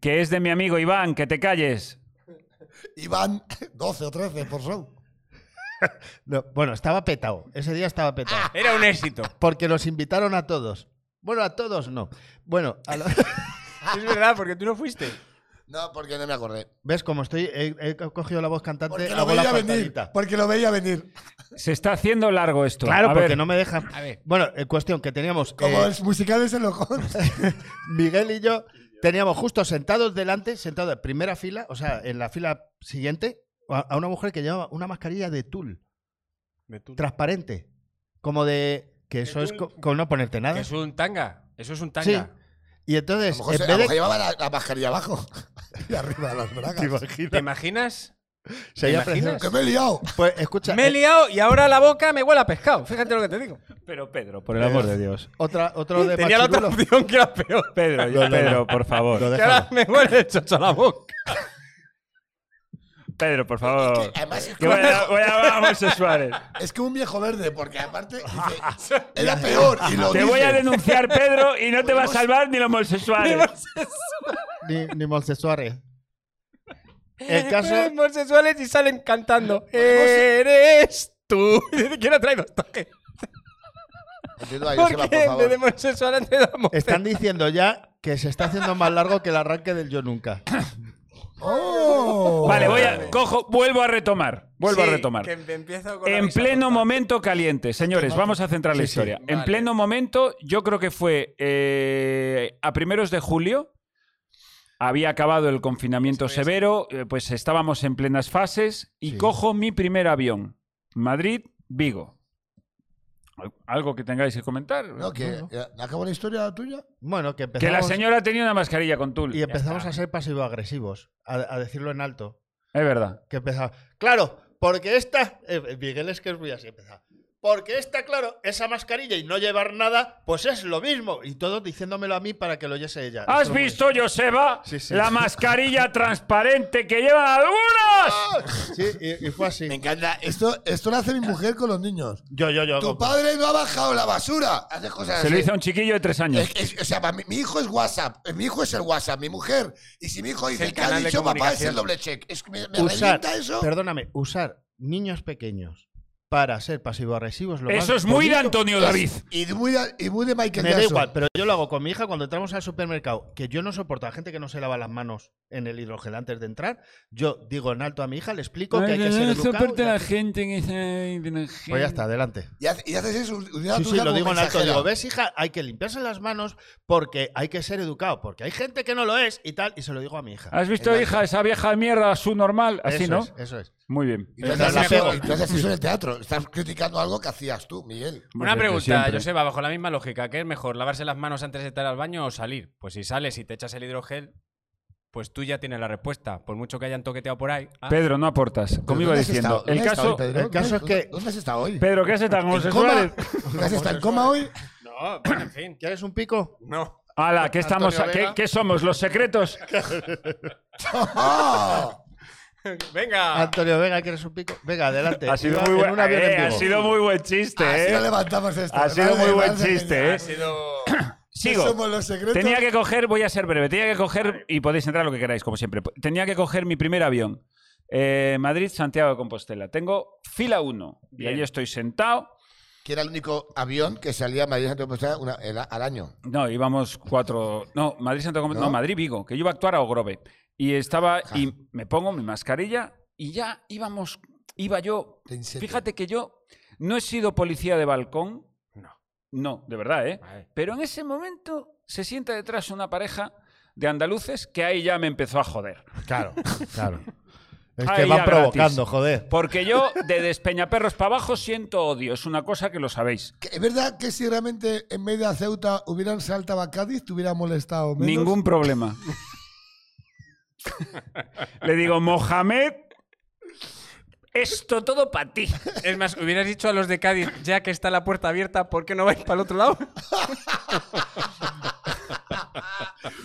Que es de mi amigo Iván, que te calles. [LAUGHS] Iban 12 o 13 por show. no, bueno, estaba petado. Ese día estaba petado. Ah. Era un éxito. Porque los invitaron a todos. Bueno, a todos no. Bueno, a lo- [LAUGHS] es verdad, porque tú no fuiste. No, porque no me acordé. ¿ves cómo estoy? He, he cogido la voz cantante. Porque lo hago la veía venir. faltadita. Porque lo veía venir. Se está haciendo largo esto. Claro, A porque ver, no me dejan. Bueno, en cuestión que teníamos. Como eh, es musical es el lojón. Miguel y yo teníamos justo sentados delante, sentados en primera fila, o sea, en la fila siguiente, a, a una mujer que llevaba una mascarilla de tul, transparente. Como de. Que eso es co- con, no ponerte Que nada. es un tanga. Eso es un Sí. tanga. Y A entonces, lo mejor, en se- a vez lo de- mejor llevaba la, la mascarilla abajo [LAUGHS] y arriba las bragas. ¿Te imaginas? ¿Te imaginas? imaginas? Sería precioso. ¡Que me he liado! Pues escucha, Me he eh, liado y ahora la boca me huele a pescado. Fíjate lo que te digo. Pero Pedro, por el amor de Dios. eh, otra, [LAUGHS] otro [LAUGHS] de Tenía la otra Machirulo. opción que era peor. Pedro, No, no, no. Pedro, por Lo favor. Que ahora dejamos. me huele el chocho a la boca. Pedro, por favor. Además, es Que voy a, voy a hablar [LAUGHS] homosexuales. Es que un viejo verde, porque aparte dice, era peor y lo Te dice. voy a denunciar, Pedro, y no te va a salvar ni los homosexuales. ni, ni Montse Suárez. [LAUGHS] El [LAUGHS] caso, Huelen homosexuales y salen cantando. Eres tú. [LAUGHS] ¿Quién ha traído esta gente? Continúa, Joseba, ¿Por por qué en favor. vez de homosexual antes de homo- están diciendo ya que se está haciendo más largo que el arranque del Yo Nunca. ¡Oh! Vale, voy a. Cojo, vuelvo a retomar. Vuelvo Sí, a retomar. que em- empiezo con la En risa pleno corta. momento caliente, señores, vamos a centrar la Sí, sí. historia. En Vale. pleno momento, yo creo que fue eh, a primeros de julio, Había acabado el confinamiento Sí, había severo, eh, pues estábamos en plenas fases y Sí. cojo mi primer avión. Madrid, Vigo. Al- ¿Algo que tengáis que comentar? No, que eh, acabó la historia tuya. Bueno, que Que empezamos. la señora tenía una mascarilla con tul. Y empezamos Ya a está. ser pasivo-agresivos, a, a decirlo en alto. Es verdad. Que empezaba. Claro, porque esta. eh, Miguel es que es muy así, empezaba. Porque esta, claro, esa mascarilla y no llevar nada, pues es lo mismo. Y todo diciéndomelo a mí para que lo oyese ella. ¿Has Eso es muy- visto, Joseba, Sí, sí. la mascarilla transparente que llevan Ah, algunos? Sí, y, y fue Me así. encanta. Esto, esto lo hace mi mujer con los niños. Yo, yo, yo. Tu compa- padre no ha bajado la basura. Hace cosas Se lo así. hizo a un chiquillo de tres años. Es- es- o sea, pa' mí- mi hijo es WhatsApp. eh, Mi hijo es el WhatsApp, mi mujer. Y si mi hijo dice el que ha canal de dicho papá, es comunicación. el doble check. Es que me, me usar, revienta eso. perdóname, usar niños pequeños para ser pasivo-agresivos. lo Eso es más muy de bonito- Antonio David. Y de muy, y muy de Michael Me da Jackson. igual, pero yo lo hago con mi hija cuando entramos al supermercado, que yo no soporto a la gente que no se lava las manos en el hidrogel antes de entrar. Yo digo en alto a mi hija, le explico que hay que ser educado. y hacer- gente Pues ya está, adelante. Y, hace- y haces eso. una tuya Sí, sí, lo como digo en alto. mensajera. Digo, ves, hija, hay que limpiarse las manos porque hay que ser educado, porque hay gente que no lo es y tal, y se lo digo a mi hija. ¿Has visto, hija, esa vieja de mierda, su normal? Ah, Así, eso ¿no? Es, eso es. Muy bien. Y tú, Mientras haces la eso, pego. y tú haces eso en el teatro. Estás criticando algo que hacías tú, Miguel. Una Desde pregunta, siempre. Joseba, bajo la misma lógica, ¿qué es mejor, lavarse las manos antes de entrar al baño o salir? Pues si sales y te echas el hidrogel, pues tú ya tienes la respuesta, por mucho que hayan toqueteado por ahí. ah, Pedro, no aportas. Como iba ¿Dónde has diciendo. El estado? ¿Dónde has caso. estado hoy, Pedro? el caso es que- ¿Dónde has estado hoy? Pedro, ¿qué hace tan ¿En coma? homosexuales? ¿Has estado en coma hoy? No, bueno, en fin. ¿Quieres un pico? No. Ala, ¿qué estamos? Antonio ¿qué, Vega. qué somos? ¿Los [LAUGHS] secretos? ¡Oh! Venga. Antonio, venga, ¿quieres un pico? Venga, adelante. Ah. [LAUGHS] Ha sido Iba muy en buen, un avión en eh, ha Vigo. sido muy buen chiste, Así lo ¿eh? levantamos esto. Ha sido Madre, muy buen madre chiste, mía. ¿eh? Ha sido. Sigo. Somos los secretos. Tenía que coger, voy a ser breve, tenía que coger, y podéis entrar lo que queráis, como siempre. Tenía que coger mi primer avión. Eh, Madrid, Santiago de Compostela. Tengo fila 1 y allí estoy sentado. que era el único avión que salía a Madrid Santo Compostela una- el- al año. No, íbamos cuatro. No, Madrid Santo Domingo- ¿No? No, Madrid Vigo, que yo iba a actuar a Ogrove. Y estaba. Y me pongo mi mascarilla y ya íbamos. Iba yo. Ten siete. Fíjate que yo no he sido policía de balcón. No. No, de verdad, ¿eh? Pero en ese momento se sienta detrás una pareja de andaluces que ahí ya me empezó a joder. Claro, claro. Es Ahí que ya van provocando, gratis. joder. Porque yo, de Despeñaperros para abajo, siento odio. Es una cosa que lo sabéis. Que- ¿Es verdad que si realmente en medio de Ceuta hubieran saltado a Cádiz, te hubiera molestado menos? Ningún problema. Le digo, Mohamed, esto todo para ti. Es más, hubieras dicho a los de Cádiz, ya que está la puerta abierta, ¿por qué no vais para el otro lado?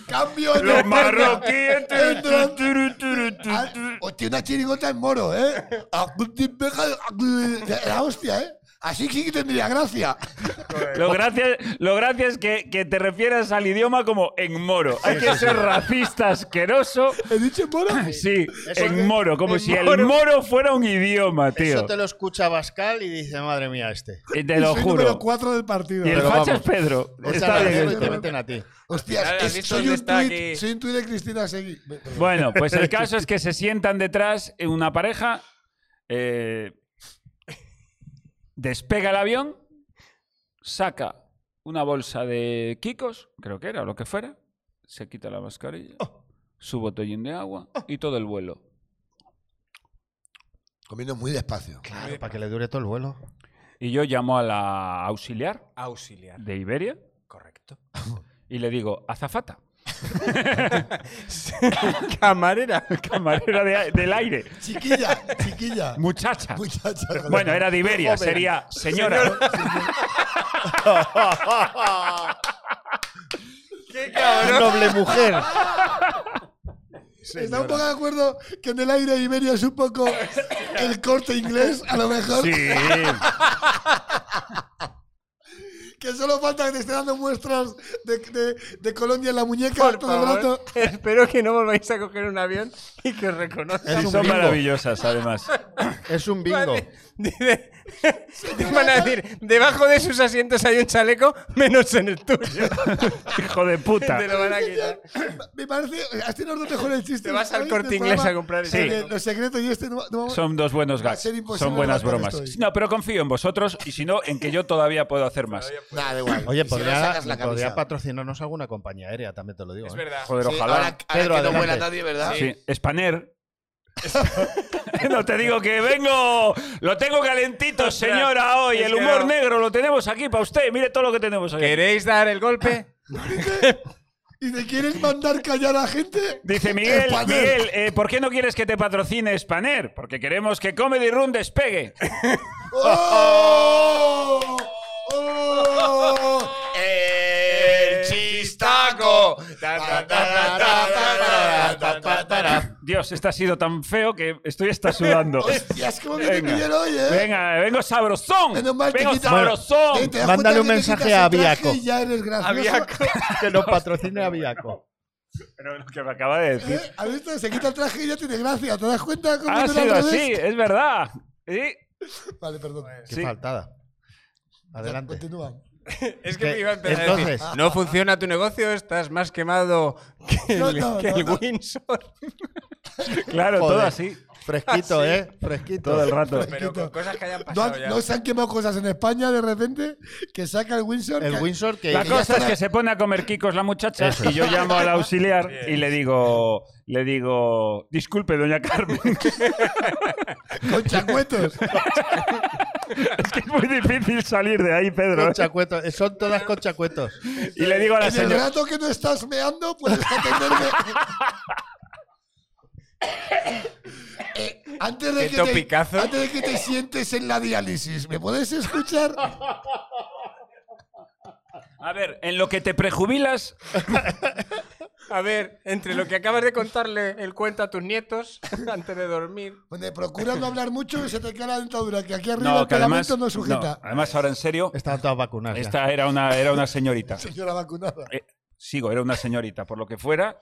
¡Cambio de Los tema! marroquíes. tu, tu, tu, tu, tu, Ah, tu, tu. Hostia, una chirigota en moro, ¿eh? La hostia, ¿eh? Así que tendría gracia. Eh. Lo gracia, lo gracia es que, que te refieras al idioma como en moro. Hay que ser racista asqueroso. ¿He dicho en moro? Sí, Eso que- en moro, como en si el moro. moro fuera un idioma, Eso tío. te lo escucha Bascal y dice, madre mía, este. Eh, Te lo Soy número juro. 4 del partido. Y el Pero facha vamos. es Pedro. Está Echan al bien suelo y esto. te meten a ti. Hostias, ¿Has es- visto soy, dónde un está tuit, aquí? soy un tuit de Cristina Seguí. Bueno, pues el caso es que se sientan detrás en una pareja, eh, despega el avión, saca una bolsa de kikos, creo que era, o lo que fuera, se quita la mascarilla, su botellín de agua y todo el vuelo. Comiendo muy despacio. Claro, para que le dure todo el vuelo. Y yo llamo a la auxiliar Auxiliar. de Iberia Correcto. y le digo, azafata, [LAUGHS] Camarera. [LAUGHS] camarera de- del aire, Chiquilla, chiquilla. [LAUGHS] muchacha. Muchacha. joder. Bueno, era de Iberia, sería señora. ¡Qué cabrón! Noble mujer. Está un poco de acuerdo que en el aire Iberia es un poco el corte inglés, a lo mejor. [LAUGHS] Sí. Que solo falta que te esté dando muestras de, de, de Colonia en la muñeca todo el rato. Espero que no volváis a coger un avión Eh, y que os reconozcan. Es Sí, un son bingo. maravillosas, además. Es un bingo. Dice, Te van a decir, debajo de sus asientos hay un chaleco, menos en el tuyo. Hijo de puta. Te lo [LAUGHS] van a quitar. Me parece. este Has tenido los dos mejores chistes. Te vas hoy al del corte inglés programa. a comprar el Sí. chaleco. Eh, Los secretos y este no, no vamos- Son dos buenos Va a gags. ser imposible Son buenas aguantar bromas. esto hoy. No, pero confío en vosotros y si no, en que yo todavía puedo hacer más. Nada, da igual. Oye, Si no podría, sacas la podría camisa. patrocinarnos alguna compañía aérea, también te lo digo. Es ¿eh? verdad. Joder, Sí, ojalá. Ahora, ahora Pedro, que no adelante. vuela nadie, ¿verdad? Sí, Spaner. [LAUGHS] no te digo que vengo, lo tengo calentito, señora, hoy. es El que humor no. negro lo tenemos aquí para usted. Mire todo lo que tenemos aquí. ¿Queréis dar el golpe? ¿Y te quieres mandar callar a gente? Dice Miguel, Espaner. Miguel, eh, ¿por qué no quieres que te patrocine Spaner? Porque queremos que Comedy Room despegue. ¡Oh! ¡Oh! ¡El chistaco! Dios, este ha sido tan feo que estoy hasta sudando. ¡Hostias, cómo viene Venga. Miguel hoy, eh! Venga, vengo sabrosón. Menos mal que Vengo quita- Eh, sabrosón. te das Mándale cuenta un que te mensaje quitas a el traje Viaco. y Ya eres gracioso. Que nos patrocine a Viaco. Pero lo que me acaba de decir. ¿Eh? ¿Has visto? Se quita el traje y ya tiene gracia. ¿Te das cuenta cómo Ha era al sido revés? así, es verdad. Sí. Vale, perdón. Qué Sí. faltada. Pues, Adelante. Continúa. Es que me Que- iba a empezar a entonces- decir, no funciona tu negocio, estás más quemado que el, No, no, que no, el no. Windsor. Claro, todo Joder. así. Ah, Fresquito, ¿eh? Fresquito. Todo el rato. Pero con cosas que hayan ¿No, pasado han- ya. no se han quemado cosas en España de repente? Que saca el Windsor. El que- Windsor que... La ya cosa es está. que se pone a comer kikos la muchacha Eso. y yo llamo al auxiliar y le digo, le digo, disculpe, doña Carmen, [LAUGHS] es Con chacuetos. que es muy difícil salir de ahí, Pedro. ¿eh? Conchacuetos. Eh, Son todas conchacuetos. Y le digo a la en el señora, rato que no estás meando, puedes atenderme. Eh, antes, de Qué que topicazo. te, antes de que te sientes en la diálisis, ¿me puedes escuchar? a ver, en lo que te prejubilas, A ver, entre lo que acabas de contarle el cuento a tus nietos [LAUGHS] antes de dormir. Donde procura no hablar mucho y se te cae la dentadura, que aquí arriba no, el que además, pegamento no sujeta. no, además ahora en serio, Estaban todas vacunadas. ya. esta era una, era una señorita. [LAUGHS] Señora vacunada. Eh, sigo, era una señorita, por lo que fuera,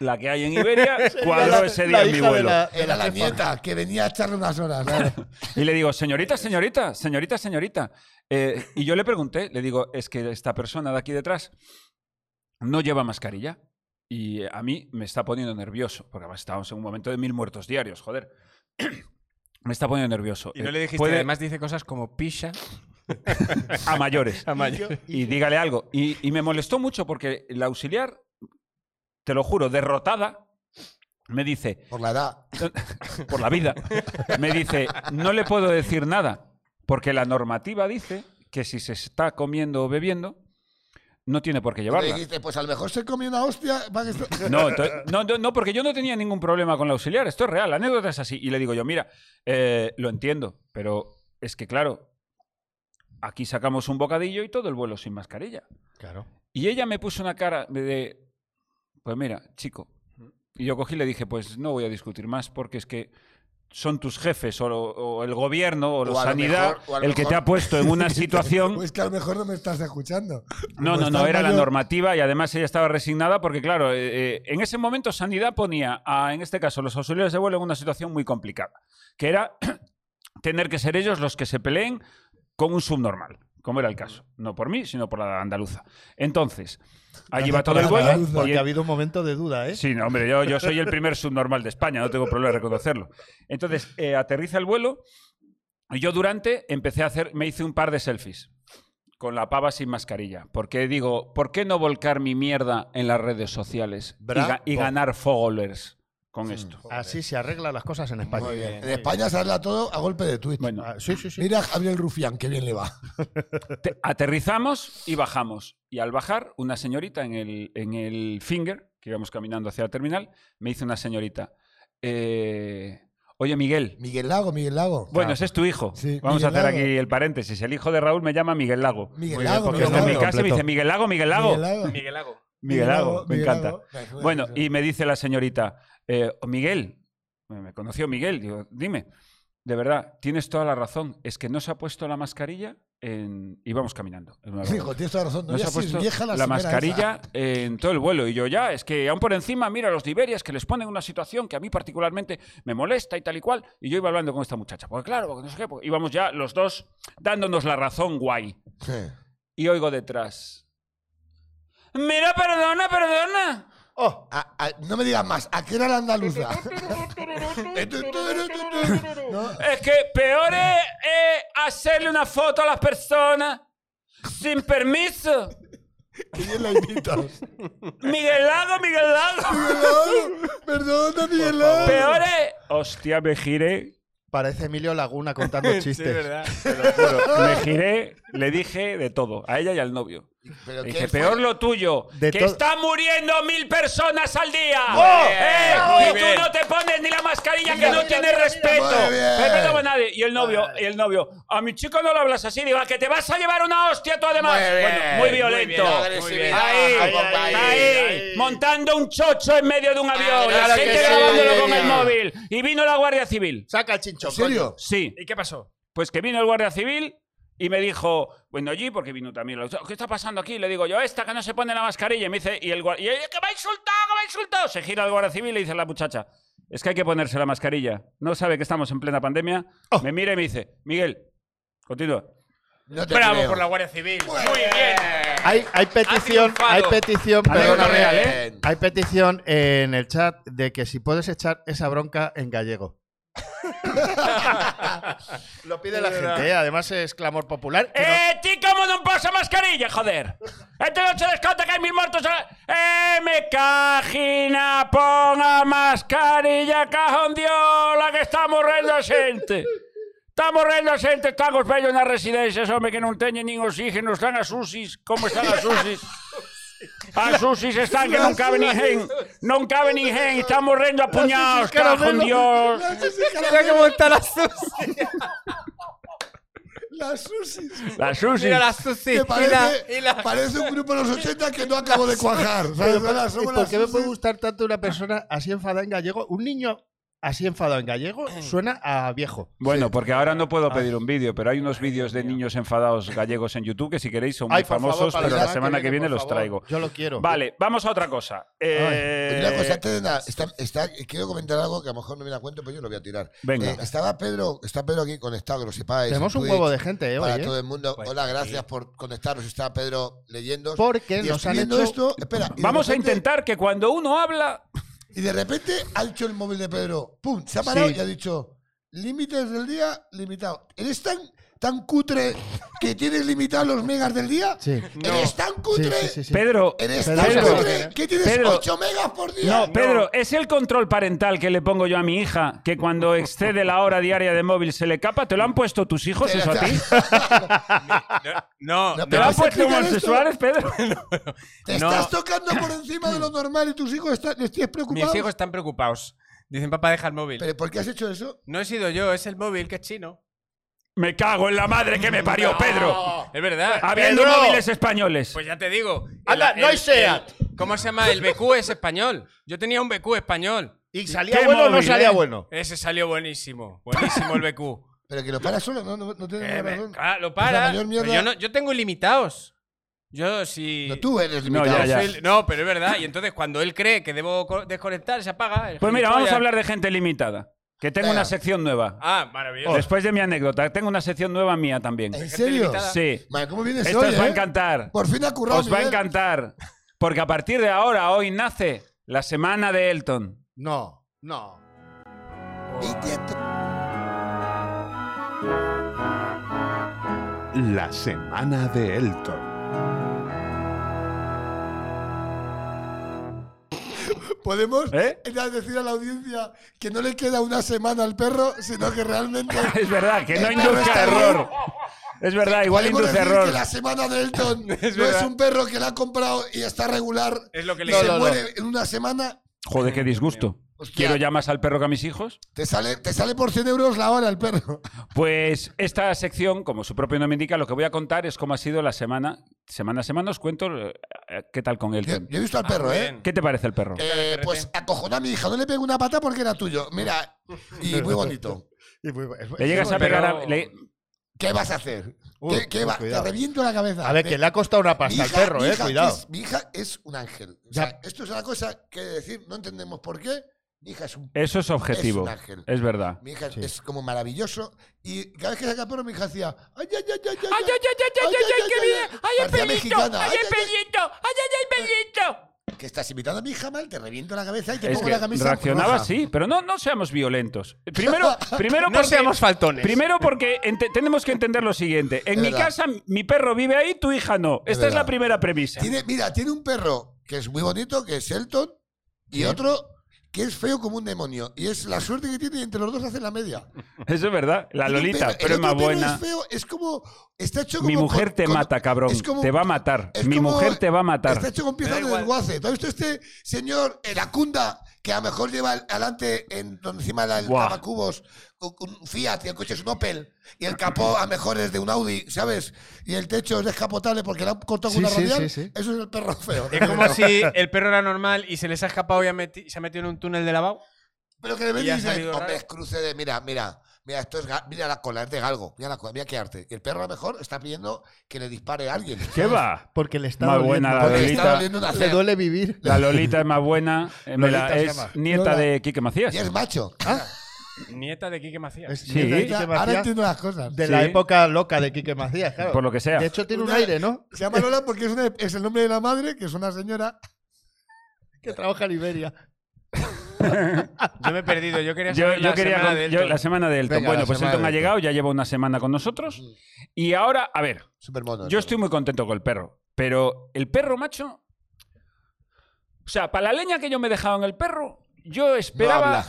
la que hay en [LAUGHS] Iberia, cuadró La- ese la día en mi hija de vuelo. la- de Era la jefa. nieta que venía a echarle unas horas. claro. Y le digo, señorita, señorita, señorita, señorita. Eh, y yo le pregunté, le digo, es que esta persona de aquí detrás no lleva mascarilla y eh, a mí me está poniendo nervioso, porque además estábamos en un momento de mil muertos diarios, joder. [CLEARS THROAT] Me está poniendo nervioso. Y no Eh, le dijiste, puede- además dice cosas como pisha. a [LAUGHS] mayores. A mayor. Y dígale algo. Y, y me molestó mucho porque la auxiliar, te lo juro, derrotada, me dice, Por la [LAUGHS] edad. por la vida, me dice, no le puedo decir nada, porque la normativa dice que si se está comiendo o bebiendo, no tiene por qué Y llevarla. dijiste, pues a lo mejor se comió una hostia. va que [LAUGHS] esto- No, ento- no, no, no, porque yo no tenía ningún problema con la auxiliar, esto es real, la anécdota es así. Y le digo yo, mira, eh, lo entiendo, pero es que claro, aquí sacamos un bocadillo y todo el vuelo sin mascarilla. Claro. Y ella me puso una cara de, de, pues mira, chico. Y yo cogí y le dije, pues no voy a discutir más porque es que son tus jefes o, lo- o el gobierno o, la a lo sanidad mejor- o a lo el que te mejor- ha puesto en una situación. [LAUGHS] Pues que a lo mejor no me estás escuchando. No, Como no, no, estás era la mayor- normativa y además ella estaba resignada porque, claro, eh, eh, en ese momento Sanidad ponía, a, en este caso, los auxiliares de vuelo en una situación muy complicada, que era [CLEARS THROAT] tener que ser ellos los que se peleen con un subnormal, como era el caso. No por mí, sino por la andaluza. Entonces, allí va todo el vuelo. Porque y- ha habido un momento de duda, ¿eh? Sí, no, hombre, yo, yo soy el primer subnormal de España, no tengo problema en reconocerlo. Entonces, eh, aterriza el vuelo y yo durante empecé a hacer, me hice un par de selfies con la pava sin mascarilla, porque digo, ¿por qué no volcar mi mierda en las redes sociales y, Bravo. ga- y ganar followers con esto? Así se arreglan las cosas en España. Muy bien. En España se habla todo a golpe de tweet. Bueno, Ah, sí, sí, sí. Mira a Gabriel Rufián, qué bien le va. te- aterrizamos y bajamos. Y al bajar, una señorita en el, en el finger, que íbamos caminando hacia la terminal, me dice una señorita, eh, oye Miguel, Miguel Lago, Miguel Lago. Bueno, ese es tu hijo. Sí, Vamos Miguel a hacer Lago. aquí el paréntesis. El hijo de Raúl me llama Miguel Lago. Miguel Muy bien, Lago, porque Miguel está en mi Lago. casa y me dice Miguel Lago, Miguel Lago. Miguel Lago. Miguel Lago. Miguel Lago, me Miguel encanta. Lago. Bueno, Bueno, sí. "Oh, y me dice la señorita, eh, Miguel, me me conoció Miguel, digo, dime, de verdad, tienes toda la razón. Es que no se ha puesto la mascarilla en... íbamos caminando. en una Hijo, tienes toda la razón. No, no se ya ha sí es puesto vieja la, la, señora esa. mascarilla en todo el vuelo. Y yo ya, es que aún por encima, mira los liberias que les ponen una situación que a mí particularmente me molesta y tal y cual. Y yo iba hablando con esta muchacha. Porque claro, porque no sé qué. porque íbamos ya los dos dándonos la razón guay. Sí. Y oigo detrás. Mira, perdona, perdona. Oh, a- a- no me digas más. ¿A qué era [LAUGHS] la andaluza? [LAUGHS] [LAUGHS] ¿No? Es que peor es, es hacerle una foto a las personas sin permiso. Qué bien la imitas. Miguel Lago, Miguel Lago. Miguelón, perdona, Miguelón. Peor es... Hostia, me giré. Parece Emilio Laguna [LAUGHS] contando chistes. Me giré, le dije de todo, a ella y al novio. Pero Le qué dije, fue- peor lo tuyo, De que to- están muriendo mil personas al día. ¡Eh! Muy Y bien. tú no te pones ni la mascarilla, que Mira, no mira, tienes mira, respeto. mira, muy bien. Respeto con nadie. Y el novio, y el novio, a mi chico no lo hablas así, digo, a que te vas a llevar una hostia tú además. Muy Bueno, bien, muy muy violento. bien, agresividad, ahí, ahí, compañero. ahí, montando un chocho en medio de un avión, Ah, claro la que gente sí, grabándolo con el señor. móvil. Y vino la Guardia Civil. Saca el chinchón. ¿En serio? Sí. ¿Y qué pasó? Pues que vino el guardia civil y me dijo, bueno, allí, porque vino también la- ¿Qué está pasando aquí? Le digo yo, esta que no se pone la mascarilla. Y me dice, y el guardia, que me ha insultado, que me ha insultado. Se gira el guardia civil y le dice a la muchacha, es que hay que ponerse la mascarilla. No sabe que estamos en plena pandemia. Oh. Me mira y me dice, Miguel, continúa. No te Bravo creo. por la Guardia Civil. Muy bien. Hay, hay petición, triunfado. hay petición, Muy perdona, bien. real, hay petición en el chat de que si puedes echar esa bronca en gallego. Lo pide la gente, ¿eh? además es clamor popular. que no- ¡Eh, ti cómo no pasa mascarilla, joder! ¡Este noche descanta que hay mil muertos! a- ¡Eh, me cajina, ponga mascarilla, cajón diola, que está morrendo a xente! Está morrendo a xente, están os vellos nas residencias, home, que non teñen nin oxígeno, están as UCIs, como están as UCIs? As UCIs están que non cabe nin gen, non cabe nin gen, están morrendo a puñados, cajón dios! Mira cómo está la Susi. Las susis. Las UCIs... Mira la Susi. Y Que la, parece, y la- parece un grupo de los 80 que no acabo de cuajar. ¿sabes? Pero, Ahora ¿y somos ¿Por las qué me puede Susis. gustar tanto una persona así enfadada en gallego? Un niño así enfadado en gallego suena a viejo. Bueno, porque ahora no Ah. puedo pedir un vídeo, pero hay unos vídeos de niños enfadados gallegos en YouTube que si queréis son muy Ay, por favor, famosos, para pero la semana que viene por los favor. traigo. Yo lo quiero. Vale, vamos a otra cosa. pues Eh, Una cosa, antes de nada, está- está- quiero comentar algo que a lo mejor no me da cuenta, pero yo lo voy a tirar. Venga. Eh, estaba Pedro, está Pedro aquí conectado, que lo sepáis. Tenemos en un Twitch, huevo de gente, ¿eh? Para hoy, ¿eh? todo el mundo. Hola, gracias por conectarnos. Está Pedro leyendo. Porque y nos han escribiendo hecho. esto. Espera, y de vamos a repente- intentar que cuando uno habla, Y de repente ha hecho el móvil de Pedro. ¡Pum! Se ha parado y ha dicho: Límites del día, limitado. ¿Eres tan, tan cutre que tienes limitados los megas del día? Sí. ¿Eres tan Sí, cutre? sí, sí, sí. Pedro, ¿Eres Pedro, tan Pedro, cutre que tienes Pedro. 8 megas por día? no, Pedro, es el control parental que le pongo yo a mi hija, que cuando excede la hora diaria de móvil se le capa. ¿Te lo han puesto tus hijos eso a ti? No, No, ¿Te pero lo han ¿vas a puesto explicar homosexuales, Pedro? [LAUGHS] Te No. estás tocando por encima Mm. de lo normal y tus hijos están, estés preocupados. mis hijos están preocupados. Dicen, papá, deja el móvil. ¿Pero por qué has hecho eso? No he sido yo, es el móvil que es chino. Me cago en la madre que me parió, Pedro. Es verdad. Habiendo Pedro. móviles españoles. Pues ya te digo. Anda, no hay Seat. el- ¿Cómo se llama? El BQ es español. Yo tenía un BQ español. ¿Y salía Qué bueno o no móvil, salía eh. bueno? Ese salió buenísimo. Buenísimo el BQ. Pero que lo paras solo, no, no, no tienes Eh, ninguna me- razón. claro, lo Es la para. mayor Pero mierda. yo, no- yo tengo ilimitados. Yo sí. No, tú eres No, limitado. ya, ya. Soy el- no, pero es verdad. Y entonces cuando él cree que debo co- desconectar, se apaga. el Pues mira, vamos a gilipollas. hablar de gente limitada. Que tengo Venga. una sección nueva. Ah, maravilloso. Después de mi anécdota, tengo una sección nueva mía también. ¿En serio? limitada. Sí. Madre, ¿Cómo vienes Esto hoy, os va a eh? encantar. Por fin ha currado, Os va a Miguel. encantar. Porque a partir de ahora, hoy nace la semana de Elton. No, no. Intento- La semana de Elton. ¿Podemos ¿Eh? decir a la audiencia que no le queda una semana al perro, sino que realmente... Es verdad, que no El perro induzca está bien. error. Es verdad, igual Podemos induce decir error. que la semana de Elton no es verdad. un perro que la ha comprado y está regular Es lo que y le se digo. muere en una semana. Joder, qué disgusto. Hostia. ¿Quiero llamas al perro que a mis hijos? Te sale, te sale por 100 euros la hora el perro. Pues esta sección, como su propio nombre indica, lo que voy a contar es cómo ha sido la semana. Semana a semana os cuento eh, qué tal con [LAUGHS] Yo, Elton. yo he visto al perro, muy ¿eh? bien. ¿Qué te parece el perro? [LAUGHS] Eh, pues acojonó a mi hija, no le pegó una pata porque era tuyo. Mira, y muy bonito. Y muy bu- es- Le llegas a pegar a- Pero- le- ¿Qué vas a hacer? Uy, ¿Qué, qué va- Te pues cuidado. reviento la cabeza. A ver, Te- que le ha costado una pasta al hija- perro, mi eh. hija Cuidado. es- mi hija es un ángel. O Ya. sea, esto es una cosa que decir, no entendemos por qué. Mi hija es un, Eso es es objetivo. un ángel. Es verdad. Mi hija Sí. es como maravilloso. Y cada vez que saca perro, mi hija hacía. ¡Ay, ay, ay, ay! ¡Ay, ¡Ay, ay, ay, ay, ay, ay, ay, qué bien! ¡Ay, el Parecía pelito! mexicana. ¡Ay, el pelito! ¡Ay, ay, ay, Eh, pelito! ay! Que estás invitando a mi hija mal, te reviento la cabeza y te Es pongo que la camisa. reaccionaba roja. así, pero no, no seamos violentos. Primero, [LAUGHS] primero No porque- seamos faltones. Primero porque ente- tenemos que entender lo siguiente. En Es mi verdad. casa mi perro vive ahí, tu hija no. Esta es la verdad. primera premisa. Tiene, mira, tiene un perro que es muy bonito, que es Elton, y otro que es feo como un demonio. Y es la suerte que tiene y entre los dos hacen la media. Eso es verdad. La Tiene un Lolita, perro- el pero es otro más perro buena. Es feo, es como. Está hecho como Mi mujer con- te con- mata, cabrón. es como- Te va a matar. es Mi como- mujer te va a matar. Está hecho con Me piezas da de igual. desguace. ¿Tú has visto este señor en la cunda que a lo mejor lleva al- adelante en, donde encima del Buah. lavacubos un- un Fiat y el coche es un Opel y el capó a lo mejor es de un Audi, ¿sabes? Y el techo es descapotable porque le han cortado con Sí, una sí, radial. sí, sí. Eso es el perro feo. Es como si [LAUGHS] el perro era normal y se les ha escapado y ha meti- se ha metido en un túnel de lavado. Pero que le ven Y y ha dicen, salido hombre, raro. es cruce de, mira, mira, mira, esto es, ga- mira la cola, es de galgo, mira la cola, mira qué arte. Y el perro a lo mejor está pidiendo que le dispare a [LAUGHS] alguien. ¿Qué va? Porque le está Más doliendo. buena la Porque le Lolita. está doliendo una Le cera. duele vivir. La Lolita es más buena. eh, me la- Lolita se llama. es nieta Lola. de Quique Macías. Y es [LAUGHS] macho. Nieta de Quique Macías. Es Sí. de Ya, Quique ahora Macías, entiendo las cosas. de la Sí. época loca de Quique Macías, claro. Por lo que sea. De hecho, tiene un Una- aire, ¿no? Se llama Lola porque es, una- es el nombre de la madre, que es una señora. Que trabaja en Iberia. Yo me he perdido. Yo quería Yo, saber yo la quería semana con- de yo- Elton. la semana de Elton. Venga, bueno, la pues semana Elton de ha Elton. llegado, ya lleva una semana con nosotros. Y ahora, a ver, Super mono. yo estoy muy contento con el perro. Pero el perro, macho. O sea, para la leña que yo me he dejado en el perro, yo esperaba. habla.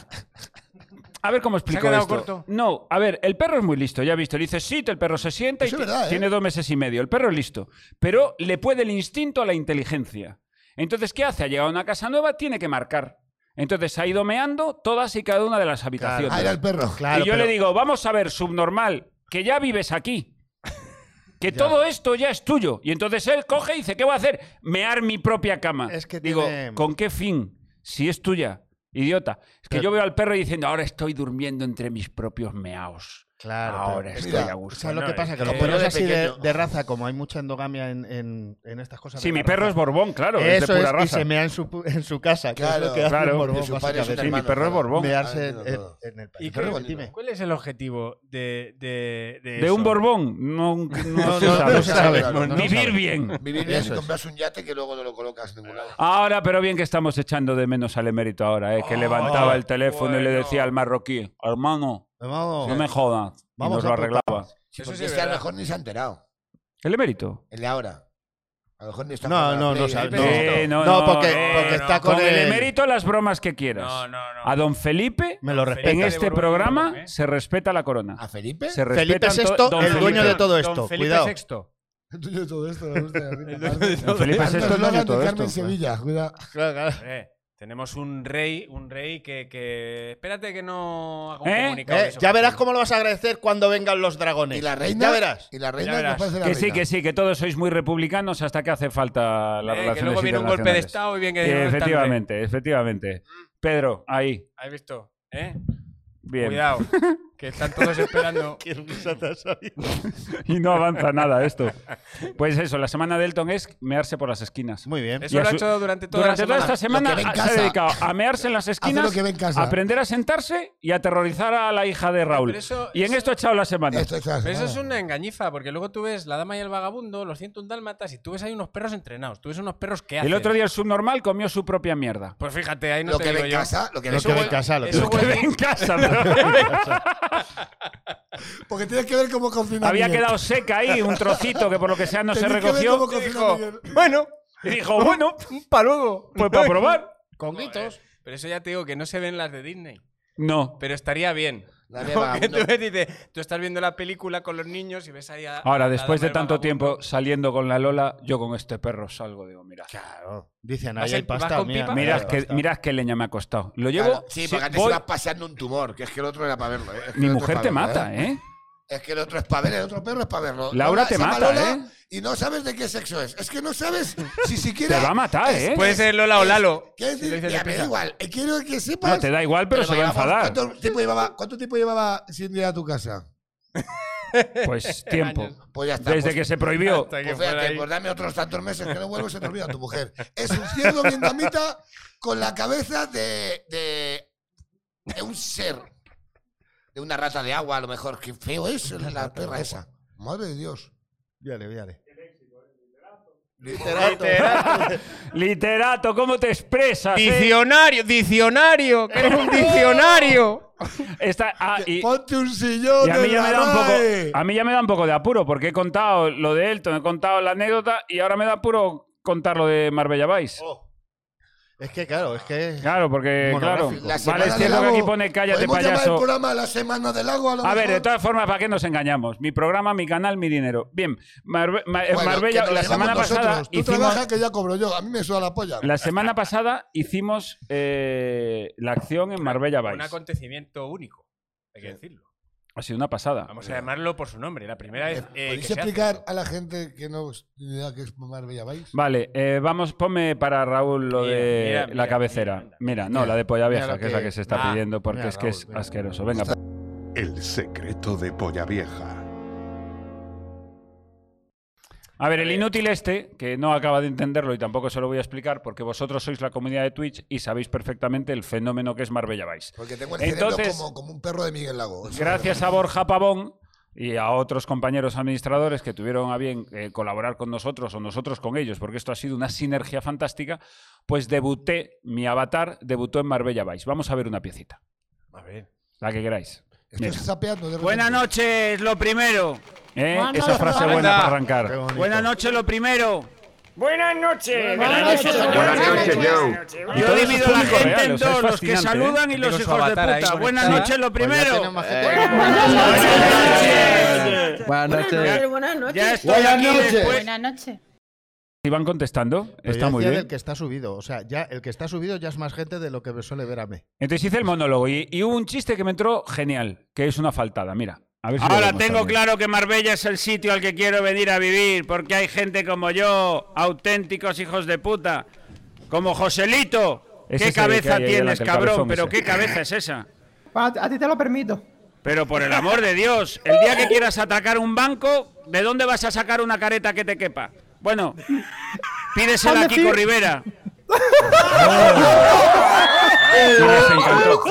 A ver cómo explico quedado esto. corto? No, a ver, el perro es muy listo, ya he visto. Le dices sit, el perro se sienta y Eso es ti- verdad, ¿eh? tiene dos meses y medio. El perro es listo. Pero le puede el instinto a la inteligencia. Entonces, ¿qué hace? Ha llegado a una casa nueva, tiene que marcar. Entonces ha ido meando todas y cada una de las habitaciones. Ah, era el perro. Claro, y yo pero- le digo, vamos a ver, subnormal, que ya vives aquí. [LAUGHS] Que todo esto ya es tuyo. Y entonces él coge y dice, ¿qué voy a hacer? Mear mi propia cama. Es que Digo, tiene- ¿con qué fin? Si es tuya, idiota. Es que Pero- yo veo al perro diciendo, ahora estoy durmiendo entre mis propios meaos. Claro. ahora pero- estoy Mira, a O gusto. sea, lo No, que es pasa es que que los perros yo de así de, pequeño- de raza, como hay mucha endogamia en, en- en estas cosas. Sí, de mi la perro raza, es Borbón, claro, es Eso de pura es, y raza. se mea en su, pu- en su casa, que es Claro, lo que hace claro. un Y borbón, su padre es un Sí, básicamente. mi hermano, perro es claro. Borbón. Mearse en, Ah, entiendo en- en el Y patio. creo- Pero ¿Cuál, dime. es el objetivo de, de, de De eso? un Borbón, [LAUGHS] no, no se no, sabe. no se sabe. Claro, no Vivir bien. Vivir bien Eso si es. compras un yate que luego no lo colocas en ningún lado. Ahora, pero bien que estamos echando de menos al emérito ahora, ¿eh? Ah, que levantaba el teléfono y le bueno. decía al marroquí, hermano, Vamos, no me jodas. Y Vamos nos a lo por arreglaba. Sí, Eso porque sí es es que a lo verdad. mejor ni se ha enterado. ¿El emérito? El de ahora. A lo mejor ni está No, jugando a la no, no Play, sabe, ni está- no. Eh, no, No, no, porque- eh, porque está con el... el- emérito las bromas que quieras. No, no, no. A don Felipe, me lo Felipe en de respeto. este Borbón, programa, ¿eh? se respeta la corona. ¿A ¿Ah, Felipe? [LAUGHS] Se Felipe respetan VI, to- don el dueño Felipe. de todo Don esto. Felipe Cuidado. VI. El dueño de todo esto. El Don Felipe VI es dueño de todo esto. Sevilla. cuidado. Claro, claro. Hombre, Eh, tenemos un rey, un rey que, que- Espérate que no haga un ¿Eh? comunicado. de Eh, eso. ya verás cómo lo vas a agradecer cuando vengan los dragones. ¿Y la reina? Ya verás. ¿Y la reina? Ya ¿Qué verás. pasa de la Que sí, reina? que sí, que todos sois muy republicanos hasta que hace falta Eh, la relación que luego viene un golpe de estado y bien que no es tan efectivamente, efectivamente. Pedro, ahí, rey. ¿Has visto? ¿Eh? bien. Cuidado, que están todos esperando. Qué risa te ha salido. [LAUGHS] Y no avanza nada esto. Pues eso, la semana de Elton es mearse por las esquinas. Muy bien. Eso a lo ha su- hecho durante toda la Durante semana. toda esta semana Lo que ve en a- se casa. ha dedicado a mearse en las esquinas, lo que ve en casa. a aprender a sentarse y a aterrorizar a la hija de Raúl. Pero eso- y en eso- esto ha echado la semana. Esto es la Pero eso es semana. una engañifa, porque luego tú ves La Dama y el Vagabundo, los 101 Dálmatas, y tú ves ahí unos perros entrenados. Tú ves unos perros que hacen. El otro día el subnormal comió su propia mierda. Pues fíjate, ahí no Lo te que ve digo en yo. casa, lo que ve Lo en que ve en casa. casa. lo que eso ve en Que huele- casa. [LAUGHS] ve en [LAUGHS] casa. pero- Porque tienes que ver cómo cocina. había Miguel. quedado seca ahí un trocito que por lo que sea no se Tenéis que ver recogió. cómo cocina Miguel. Bueno, Y dijo, bueno, un paludo. pues para probar. Con gritos. Pero eso ya te digo que no se ven las de Disney. No. Pero estaría bien. La [LAUGHS] de Porque tú vagabundo. ves y dices, tú estás viendo la película con los niños y ves ahí a. Ahora, a la después dama de y el tanto vagabundo. tiempo saliendo con la Lola, yo con este perro salgo. Digo, mira, Claro. Dicen, ¿Vas ahí hay en- vas pasta. con Mira, pipa? mirad mira, que, basta. mirad qué leña me ha costado. Lo llevo. Claro, Sí, porque antes voy- ibas paseando un tumor, que es que el otro era para verlo. ¿eh? Es que Mi el otro mujer es te para verlo, mata, ¿eh? Es que el otro es para ver, el otro perro es para verlo. Laura te se llama mata, Lola ¿eh? Y no sabes de qué sexo es. Es que no sabes si siquiera. Te va a matar, es- ¿eh? Puede ser Lola o Lalo. ¿Qué decir? Si lo dices Ya, de me da prisa. igual. Eh, Quiero que sepas. No, te da igual, pero, se va a vamos, enfadar. ¿Cuánto tiempo llevaba, cuánto tiempo llevaba sin ir a tu casa? Pues tiempo. Pues ya está. Desde pues- que se [LAUGHS] prohibió. Hasta que Pues fuera fíjate, ahí. pues dame otros tantos meses que no vuelvo se te olvida [LAUGHS] tu mujer. Es un ciervo vietnamita con la cabeza de, de, de un ser. De una rata de agua, a lo mejor. Qué feo es la perra esa. Madre de Dios. Viale, viale. Literato, ¿cómo te expresas? eh? Diccionario, diccionario, que eres un diccionario. [LAUGHS] Esta- ah, y, Ponte un sillón. y a mí en ya la me da un RAE. poco, a mí ya me da un poco de apuro porque he contado lo de Elton, he contado la anécdota y ahora me da apuro contar lo de Marbella Vice. Es que claro, es que. Claro, porque claro, Monográfico. La semana vale es del cierto que aquí lago. pone cállate Podemos llamar el payaso. programa La Semana del Agua. lo A ver, mejor? de todas formas, ¿para qué nos engañamos? Mi programa, mi canal, mi dinero. Bien, Marbe- Ma- Bueno, que Marbella, nos la llevamos semana nosotros. pasada Tú hicimos, trabajas que ya cobro yo. A mí me suda la polla. la semana pasada hicimos eh, la acción en Marbella Un Vice. acontecimiento único, hay que decirlo. Ha sido una pasada. Vamos a llamarlo por su nombre, la primera vez. Eh, eh, que ¿Podéis se hace. explicar a la gente que no tiene idea que es Marbella Vice? Vale, eh, vamos, ponme para Raúl lo Mira, de mira, la mira, cabecera. mira, Mira, no, la de polla mira vieja, lo que, es la que- que se está Ah, pidiendo, porque mira, es que es Raúl, mira. asqueroso. Venga, pues. El secreto de Polla Vieja. A ver, el inútil este, que no acaba de entenderlo y tampoco se lo voy a explicar, porque vosotros sois la comunidad de Twitch y sabéis perfectamente el fenómeno que es Marbella Vice. Porque tengo el Entonces- cerebro como, como un perro de Miguel Lago. Eso Gracias a Borja Pavón y a otros compañeros administradores que tuvieron a bien eh, colaborar con nosotros o nosotros con ellos, porque esto ha sido una sinergia fantástica, pues debuté, mi avatar debutó en Marbella Vice. Vamos a ver una piecita. A ver. La que queráis. Estoy Mira. sapeando de Buenas repente. noches, lo primero. ¿Eh? Buenas Esa frase noches. buena para Qué arrancar. bonito. Buenas noches, lo primero. Buenas noches. Buenas noches, Y Yo todo eso divido es la público gente real, o en sea, es dos, los que fascinante, ¿eh? saludan y los Tengo su hijos de avatar ahí puta. Buenas conectada. noches, lo primero. Buenas noches. Este, Buenas Ya noches. estoy aquí después. Buenas noches. Y van contestando. Está muy bien. El que está subido, o sea, ya el que está subido ya es más gente de lo que me suele ver a mí. Entonces hice el monólogo y, y hubo un chiste que me entró genial, que es una faltada. Mira. A ver si lo Ahora vemos tengo también. claro que Marbella es el sitio al que quiero venir a vivir, porque hay gente como yo, auténticos hijos de puta, como Joselito. Ese ¿Qué es el que hay cabeza ahí tienes, delante, el cabrón? cabezón Pero ese. qué cabeza es esa. Ah, A ti te lo permito. Pero por el amor de Dios, el día que quieras atacar un banco, ¿de dónde vas a sacar una careta que te quepa? Bueno, pídesela a Kiko Rivera. Nos encantó. [LAUGHS]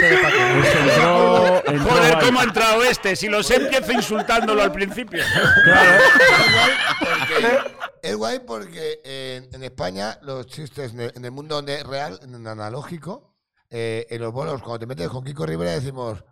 Repartiendo. Nos entró- entró Joder, guay. ¿cómo ha entrado este? Si los empiezo insultándolo al principio. Claro. Es guay porque, es guay porque eh, en España los chistes ne- en el mundo ne- real, en el analógico, eh, en los bolos, cuando te metes con Kiko Rivera decimos,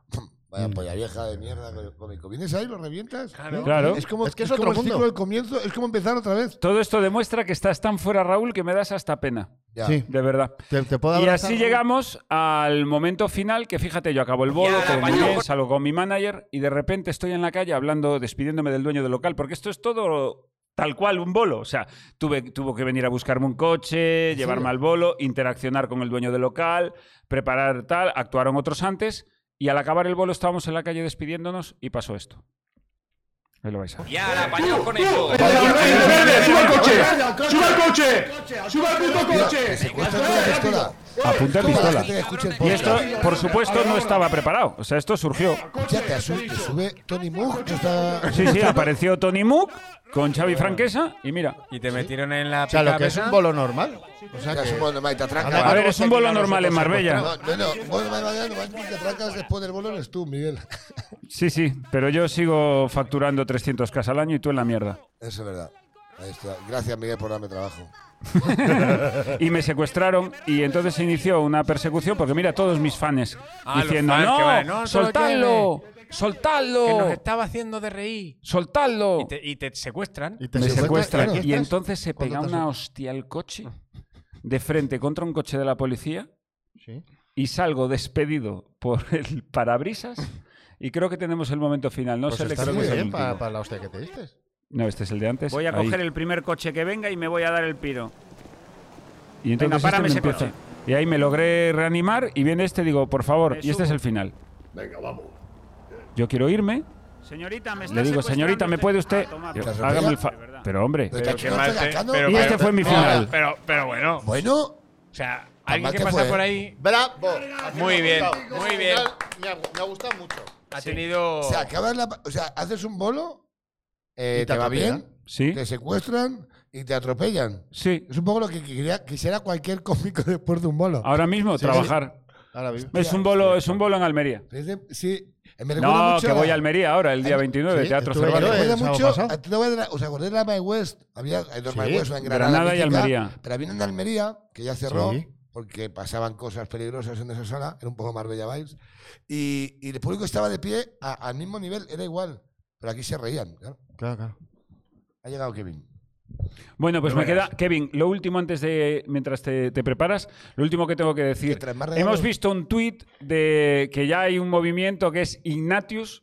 vaya polla vieja de mierda con el cómico. ¿Vienes ahí, lo revientas? Claro. Mm. Claro. Es como, Es que es como otro el mundo. ciclo del comienzo, es como empezar otra vez. Todo esto demuestra que estás tan fuera, Raúl, que me das hasta pena. Ya. Sí. De verdad. ¿Te, te puedo Y abrazar, así Raúl? llegamos al momento final, que fíjate, yo acabo el bolo, Ya, todo muy mañana. bien, salgo con mi manager y de repente estoy en la calle hablando, despidiéndome del dueño del local, porque esto es todo tal cual un bolo. O sea, tuve, tuvo que venir a buscarme un coche, llevarme al bolo, interaccionar con el dueño del local, preparar tal, actuaron otros antes y al acabar el bolo estábamos en la calle despidiéndonos y pasó esto. Ahí lo vais a ver. Ya, la apañado [LAUGHS] con eso. Mira, que se cuesta toda la pistola. Apunta Toda la pistola. gente que escuche el Y podcast. esto, por supuesto, no estaba preparado. O sea, esto surgió. Ya te, asu- te sube Tony Moog, que está... Sí, sí, apareció Tony Mook con Xavi Franquesa y mira. Y te metieron en la O sea, lo que es picapesa. un bolo normal. O sea, Ya que- es un bolo normal, te atracan. Anda, A ver, es un bolo Nosotros normal en Marbella. No, no, no, vos no vas a ganar, nomás te atracas después del bolo eres tú, Miguel. Sí, sí, pero yo sigo facturando 300k al año y tú en la mierda. Eso es verdad. Ahí está. Gracias, Miguel, por darme trabajo. Y me secuestraron y entonces se inició una persecución porque mira, todos mis fans Ah, los diciendo, fans, que vale, no, no, solo soltadlo, Que nos soltadlo, estaba haciendo de reír. soltadlo. Y te, y te secuestran. y te Me secuestran claro. y entonces se ¿Cuándo pega te has- una hostia al coche de frente contra un coche de la policía Sí. y salgo despedido por el parabrisas y creo que tenemos el momento final. No Pues sé está Alex, muy ¿cuál es el bien para, último? la hostia que te diste. No, este es el de antes. Voy a Ahí. coger el primer coche que venga y me voy a dar el piro. Y Venga, entonces párame este me ese empieza- Y ahí me logré reanimar y viene este digo, por favor, Me y este es subo. el final. Venga, vamos. Yo quiero irme. Señorita, me está Le digo, secuestrando señorita, ¿me puede usted? Ah, toma, Yo, toma. Hágame el fa- Pero hombre. Pero qué mal te- y este fue mi no, final. Pero, pero bueno. Bueno. O sea, mal alguien que que pasa fue. por ahí. Bravo. Muy bien, Contigo, muy ese bien. final Me ha, me ha gustado mucho. Ha tenido. sea, acabas la pa- o sea, haces un bolo, eh, Y te te, va atropellan. bien, te secuestran y te atropellan. Sí. Es un poco lo que quería- quisiera cualquier [LAUGHS] cómico después de un bolo. Ahora mismo, Sí, trabajar. sí. Ahora mismo. Es un bolo, es un bolo en Almería. Es de- sí, eh, me recuerda No, mucho que voy a a- Almería ahora, el día 29, Sí, Teatro estuve yo, Cervantes. eh, el sábado pasado. ¿A ti te acuerdas de la- ¿Os acordáis de la My West? Había hay dos Sí, My West, una en Granada, Granada y mítica, Almería. Pero había una en Almería que ya cerró Sí. porque pasaban cosas peligrosas en esa sala, era un poco Marbella Vibes. Y, y el público estaba de pie a- al mismo nivel, era igual. Pero aquí se reían. Claro. Claro, claro. Ha llegado Kevin. Bueno, pues Pero me queda, Kevin, lo último antes de, mientras te, te preparas, lo último que tengo que decir. más regalos? Hemos visto un tuit de que ya hay un movimiento que es Ignatius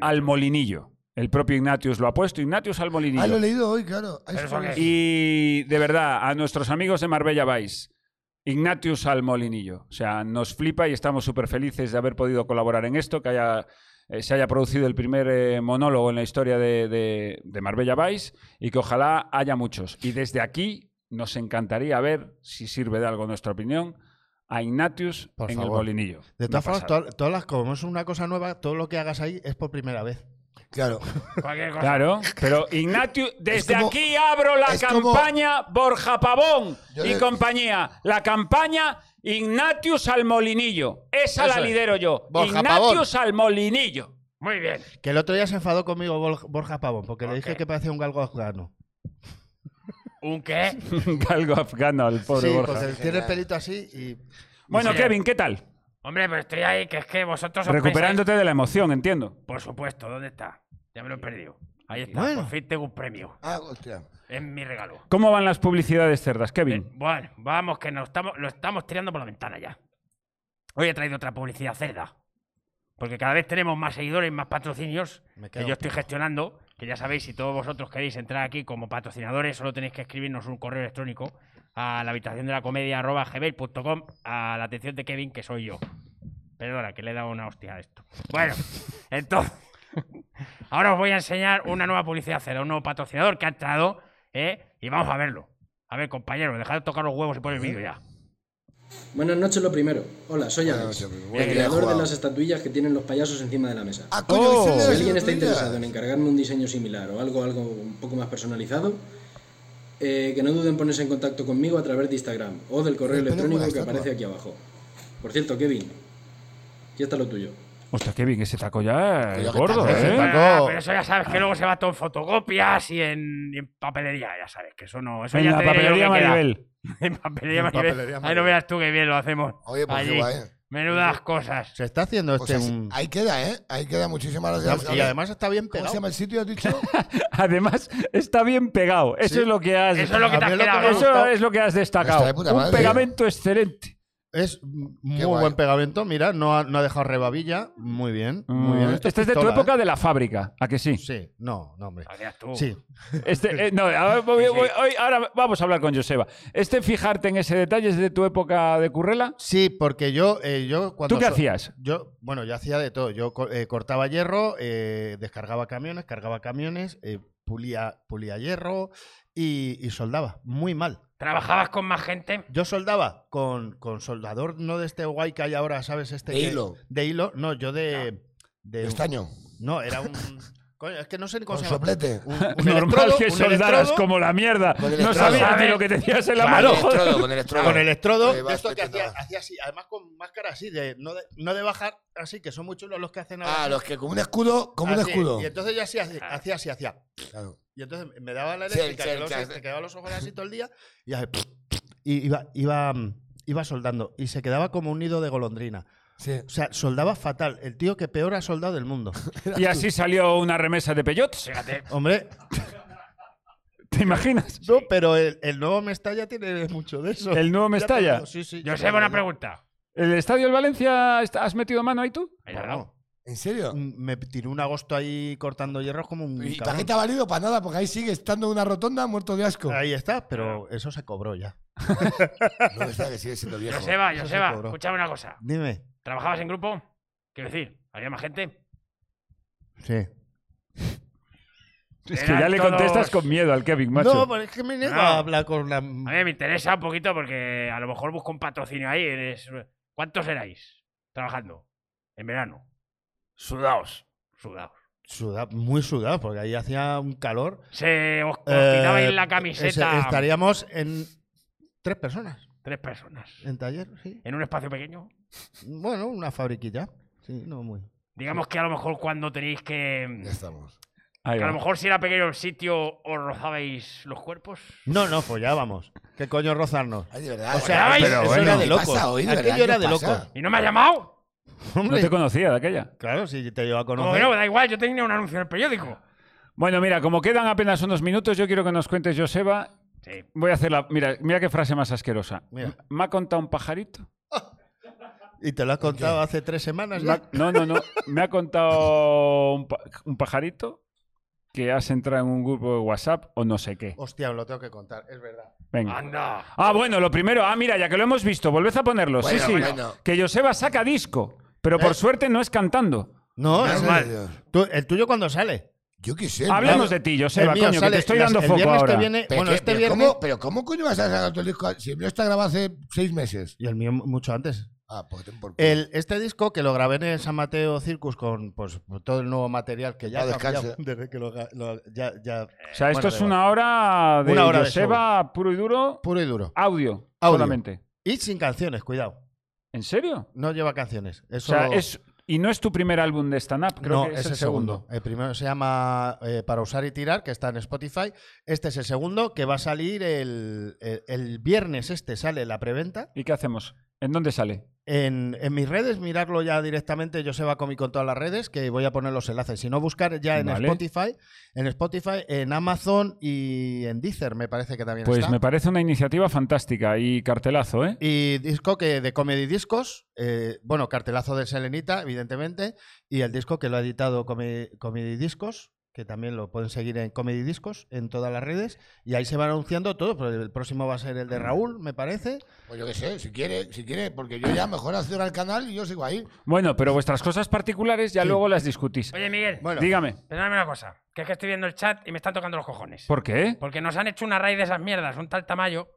al molinillo. El propio Ignatius lo ha puesto, Ignatius al molinillo. Ah, lo he leído hoy, claro. Ahí está. Y de verdad, a nuestros amigos de Marbella Vice, Ignatius al Molinillo. O sea, nos flipa y estamos súper felices de haber podido colaborar en esto, que haya, eh, se haya producido el primer eh, monólogo en la historia de, de- de Marbella Vice y que ojalá haya muchos. Y desde aquí nos encantaría ver, si sirve de algo nuestra opinión, a Ignatius Por en favor. el Molinillo. De Una todas formas, pasada. todas, todas las, como es una cosa nueva, todo lo que hagas ahí es por primera vez. Claro. Cualquier [LAUGHS] cosa. Claro, pero Ignatius, desde como- aquí abro la es como- campaña Borja Pavón Yo y le- compañía. La campaña Ignatius al Molinillo. Esa Eso la es. lidero yo. Borja Ignatius al [LAUGHS] Molinillo. Muy bien. Que el otro día se enfadó conmigo Bol- Borja Pavón, porque le dije que parecía un galgo afgano. ¿Un qué? Galgo afgano al pobre sí, pues, Borja. porque tiene el pelito así y. Bueno, Sí. Kevin, ¿qué tal? Hombre, pues estoy ahí, que es que vosotros os Recuperándote de la emoción, entiendo. pensáis- Por supuesto, ¿dónde está? Ya me lo he perdido. Ahí está, Bueno. por fin tengo un premio. Ah, hostia. Es mi regalo. ¿Cómo van las publicidades cerdas, Eh. Kevin? Bueno, vamos, que nos estamos, lo estamos tirando por la ventana ya. Hoy he traído otra publicidad cerda. Porque cada vez tenemos más seguidores, más patrocinios que cago yo estoy gestionando. Que ya sabéis, si todos vosotros queréis entrar aquí como patrocinadores, solo tenéis que escribirnos un correo electrónico a la habitación de la comedia a la atención de Kevin, que soy yo. Perdona, que le he dado una hostia a esto. Bueno, entonces. Ahora os voy a enseñar una nueva publicidad cero, un nuevo patrocinador que ha entrado, ¿eh? Y vamos a verlo. A ver, compañero, dejad de tocar los huevos y pon el vídeo ya. Buenas noches, lo primero. Hola, soy Alex, pues, Buen el día, creador de jugado. las estatuillas que tienen los payasos encima de la mesa. coño, Oh. ese de las Si alguien está estatuillas. interesado en encargarme un diseño similar o algo, algo un poco más personalizado, eh, que no duden en ponerse en contacto conmigo a través de Instagram o del correo Pero tenemos electrónico la que pues, estatua. aparece aquí abajo. Por cierto, Kevin, ya está lo tuyo. Hostia, Kevin, ese taco ya es gordo, ¿eh? Ah, pero eso ya sabes que luego se va todo en fotocopias y en, y en papelería, ya sabes que eso no. Eso En ya la te diré yo papelería lo que queda. Maribel. [LAUGHS] en papelería En Maribel. [LAUGHS] papelería Ahí no Maribel. veas tú qué bien lo hacemos. Oye, pues allí. qué guay. ¿eh? Menudas cosas. Se está haciendo Pues este así- un. ahí queda, ¿eh? Ahí queda muchísimas gracias. Y además está bien ¿Cómo pegado. se llama el sitio, has [LAUGHS] dicho? Además, está bien pegado. Eso Sí. es lo que has. Eso es lo que te A has mí me quedado, ¿no? Eso es lo que has Está destacado. de puta Un madre. pegamento excelente. Es muy guay. buen pegamento. Mira, no ha, no ha dejado rebabilla. Muy bien. Muy bien. Mm, Esto este es de tu pistola, época ¿eh? de la fábrica, ¿a que sí? Sí, no, no, Ah, hombre. tú. Sí. Este, eh, no, ahora, voy- voy- hoy- ahora vamos a hablar con Joseba. Este fijarte en ese detalle es de tu época de currela. Sí, porque yo, eh, yo cuando. ¿Tú qué so- hacías? Yo, bueno, yo hacía de todo. Yo co- eh, cortaba hierro, eh, descargaba camiones, cargaba camiones, eh, pulía, pulía hierro y, y soldaba. Muy mal. ¿Trabajabas con más gente? Yo soldaba con, con soldador, no de este guay que hay ahora, ¿sabes? Este De que- hilo. Ah. De hilo, no, yo de. de Estaño. No, [LAUGHS] era un. Coño, es que no sé ni cómo Con Eh, se llama. [LAUGHS] soplete. Un, un [LAUGHS] Normal electrodo, que un soldaras electrodo. como la mierda. Con el No electrodo. sabías ni ¿Sabes? lo que tenías en la Claro. mano. joder. Con el electrodo, Eh, de vas esto que hacía, petando. hacía así, además con máscara así, de, no, de, no de bajar así, que son muy chulos los que hacen ahora. [LAUGHS] Ah, así. los que como un escudo, como un Así, escudo. Ah, Y entonces yo así, así, hacía así, hacía. Claro. Y entonces me daba la Sí, eléctrica, sí, que los- sí. te quedaba los [LAUGHS] ojos así todo el día, y hace y iba, iba, mm, iba soldando. Y se quedaba como un nido de golondrina. Sí. O sea, soldaba fatal. El tío que peor ha soldado [LAUGHS] del mundo. Y así salió una remesa de peyotes. [LAUGHS] Hombre. ¿Te imaginas? No, pero el, el nuevo Mestalla tiene mucho de eso. ¿El nuevo Ya te Mestalla? digo, Sí, sí. Yo ya os te hago una digo. pregunta. ¿El estadio del Valencia est- has metido mano ahí tú? Bueno, ¿En serio? Mm, me tiró un agosto ahí cortando hierros como un. Y cabrón. para qué te ha valido para nada, porque ahí sigue estando una rotonda muerto de asco. Ahí está, pero eso se cobró ya. No está que sigue siendo viejo. [LAUGHS] Joseba, Eso se Joseba, cobró. escúchame una cosa. Dime. ¿Trabajabas en grupo? Quiero decir, había más gente. Sí. Es que ya le contestas con miedo al Kevin, macho. No, pero es que me niego a hablar con una. Ah. A mí me interesa un poquito porque a lo mejor busco un patrocinio ahí. eres- ¿Cuántos erais trabajando en verano? Sudaos. Sudaos. Suda- muy sudado, porque ahí hacía un calor. Se os, os quitabais Eh, la camiseta. ese- Estaríamos en tres personas. Tres personas. En taller, sí. En un espacio pequeño. Bueno, una fabriquilla. Sí, no muy. Digamos que a lo mejor cuando tenéis que. estamos. que a lo mejor si era pequeño el sitio os rozabais los cuerpos. No, no, follábais. ¿Qué coño rozarnos? Ay, de verdad. O sea, Pero eso bueno. era de ¿Qué locos. pasa hoy? De verdad, Aquello era ¿qué de pasa? locos. ¿Y no me has llamado? Hombre. No te conocía de aquella. Claro, si te llevo a Como que conocer. no, da igual, yo tenía un anuncio en el periódico. Bueno, mira, como quedan apenas unos minutos, yo quiero que nos cuentes, Joseba. Sí. Voy a hacer la. Mira, mira qué frase más asquerosa. Mira. Me ha contado un pajarito. Y te lo has contado hace tres semanas Me ya. ha- No, no, [LAUGHS] no. Me ha contado un, pa- un pajarito que has entrado en un grupo de WhatsApp o no sé qué. Hostia, os lo tengo que contar, es verdad. Venga. Anda. Ah, bueno, lo primero. Ah, mira, ya que lo hemos visto, volved a ponerlo. Bueno, sí, sí. bueno. Que Joseba saca disco, pero Eh. por suerte no es cantando. No, Madre es de Dios. mal. Tú- el tuyo cuando sale. Yo qué sé. Hablemos ¿no? de ti, Eh, El Joseba, mío coño, que sale te estoy las- dando el foco viernes que ahora. viene- Pero bueno, qué- este pero viernes. ¿cómo, pero ¿cómo coño vas a sacar tu disco? Si el mío está grabado hace seis meses. Y el mío mucho antes. Ah, pues ten por culo. El, este disco que lo grabé en el San Mateo Circus con pues, todo el nuevo material que ya Ah, ha cambiado [LAUGHS] descanse. desde que lo, ga- lo- ya, ya- O sea, esto Bueno, es da una hora de Una hora de Joseba puro y duro, puro y duro. audio, Audio. solamente. Y sin canciones, cuidado. ¿En serio? No lleva canciones. O Eso sea, es, y no es tu primer álbum de stand-up, creo no, que es, el segundo. El primero se llama eh, Para usar y tirar, que está en Spotify. Este es el segundo, que va a salir el, el- el viernes. Este sale la preventa. ¿Y qué hacemos? ¿En dónde sale? En, en mis redes, mirarlo ya directamente. Yo se va con todas las redes, que voy a poner los enlaces. Si no, buscar ya en Vale. Spotify, en Spotify, en Amazon y en Deezer, me parece que también Pues está. me parece una iniciativa fantástica y cartelazo, ¿eh? Y disco que de Comedy Discos, eh, bueno, cartelazo de Selenita, evidentemente, y el disco que lo ha editado Come- Comedy Discos, que también lo pueden seguir en Comedy Discos, en todas las redes, y ahí se van anunciando todo, pero el próximo va a ser el Mm. de Raúl, me parece. Pues yo qué sé, si quiere, si quiere, porque yo ya mejor accedo al canal y yo sigo ahí. Bueno, pero vuestras cosas particulares ya luego las discutís. Oye, Miguel, Bueno, Dígame, perdóname una cosa. Que es que estoy viendo el chat y me están tocando los cojones. ¿por qué? Porque nos han hecho una raid de esas mierdas, un tal tamaño.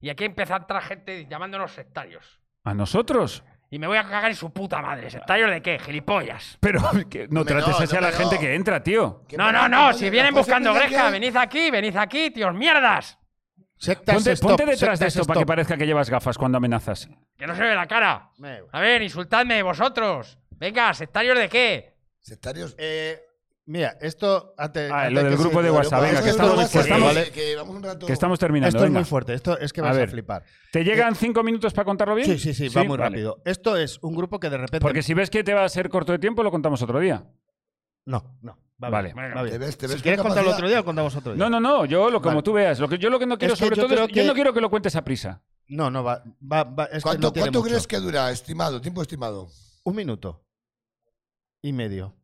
Y aquí empieza a entrar gente llamándonos sectarios. ¿A nosotros? Y me voy a cagar en su puta madre. ¿Sectarios de qué? Gilipollas. Pero [LAUGHS] que no Hombre, trates no, así a no, la no. gente que entra, tío. ¿Qué No, pasa, no, no. coño? Si Las vienen cosas buscando que hay gresca, ahí. venid aquí, venid aquí, tíos mierdas. Sectas Ponte, Stop, ponte detrás de Sectas esto para que Stop. parezca que llevas gafas cuando amenazas. Que no se ve la cara. Me- A ver, insultadme vosotros. Venga, ¿sectarios de qué? Sectarios. Eh, mira, esto antes, Ah, antes lo del que se- grupo de lo del WhatsApp, grupo venga, de que WhatsApp, estamos, que sí, estamos, vale. que llevamos un rato. que estamos terminando. Esto es venga. muy fuerte, esto es que A vas a, ver. flipar. ¿Te llegan cinco minutos para contarlo bien? Sí, sí, sí, va muy vale. rápido. Esto es un grupo que de repente Porque si ves que te va a ser corto de tiempo, lo contamos otro día. No, no. Va Vale. bien, va bien. Te ves- te ves si quieres con contarlo capacidad. otro día, o contamos otro día. No, no, no, yo lo como Vale. tú veas. Lo que, yo lo que no quiero Es que sobre yo todo es, creo yo que- no quiero que lo cuentes a prisa. No, no, va. va, va- es que ¿Cuánto, no tiene cuánto mucho. crees que dura, estimado? Tiempo estimado. Un minuto y medio.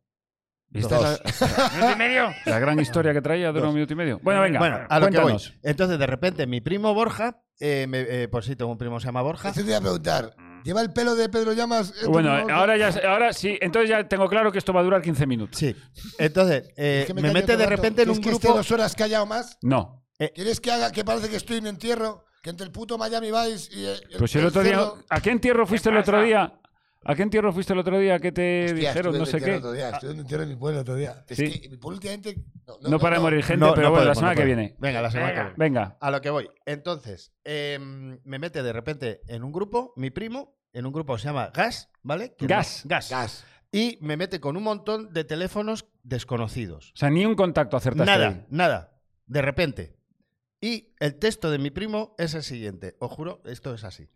¿Viste Dos. la, ¿Minuto y medio? [LAUGHS] la gran historia que traía de un minuto y medio? Bueno, venga, Bueno, a lo que voy. cuéntanos. Entonces, de repente, mi primo Borja, eh, me- eh, pues sí, tengo un primo que se llama Borja. Entonces te iba a preguntar, ¿lleva el pelo de Pedro Llamas? este Eh, Bueno, nuevo? ahora ya, ahora sí, entonces ya tengo claro que esto va a durar 15 minutos. Sí. Entonces, eh, Es que me, callo mete todo de el rato. repente en ¿Quieres un que este grupo. esté dos horas callado más? No. ¿Quieres que haga que parece que estoy en un entierro? Que entre el puto Miami Vice y. eh, Pues el otro día, cerdo- ¿a qué entierro fuiste el otro pasa? día? ¿A qué entierro fuiste el otro día? ¿Qué te Hostia, dijeron? estuve No en sé qué. un entierro otro día, Estuve en un entierro en mi pueblo otro día. Es Sí. que mi pueblo últimamente. No, para de morir gente, No, pero no bueno, la podemos, semana no que podemos. viene. Venga, la semana que Venga. viene. Venga. A lo que voy. Entonces, eh, me mete de repente en un grupo, mi primo, en un grupo que se llama Gas, ¿vale? Que no- Gas. Gas. Gas. Y me mete con un montón de teléfonos desconocidos. O sea, ni un contacto acertaste. Nada, ahí. nada. De repente. Y el texto de mi primo es el siguiente. Os juro, esto es así.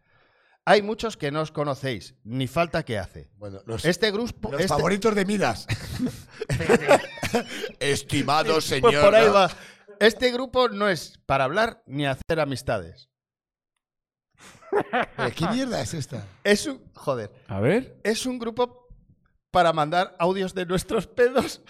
Hay muchos que no os conocéis, ni falta que hace. Bueno, los, Este grupo. los este- favoritos de [LAUGHS] Midas. Estimado Pues señor. por ahí ¿no? va. Este grupo no es para hablar ni hacer amistades. Pero, [LAUGHS] ¿Qué mierda es esta? Es un. Joder. A ver. Es un grupo para mandar audios de nuestros pedos.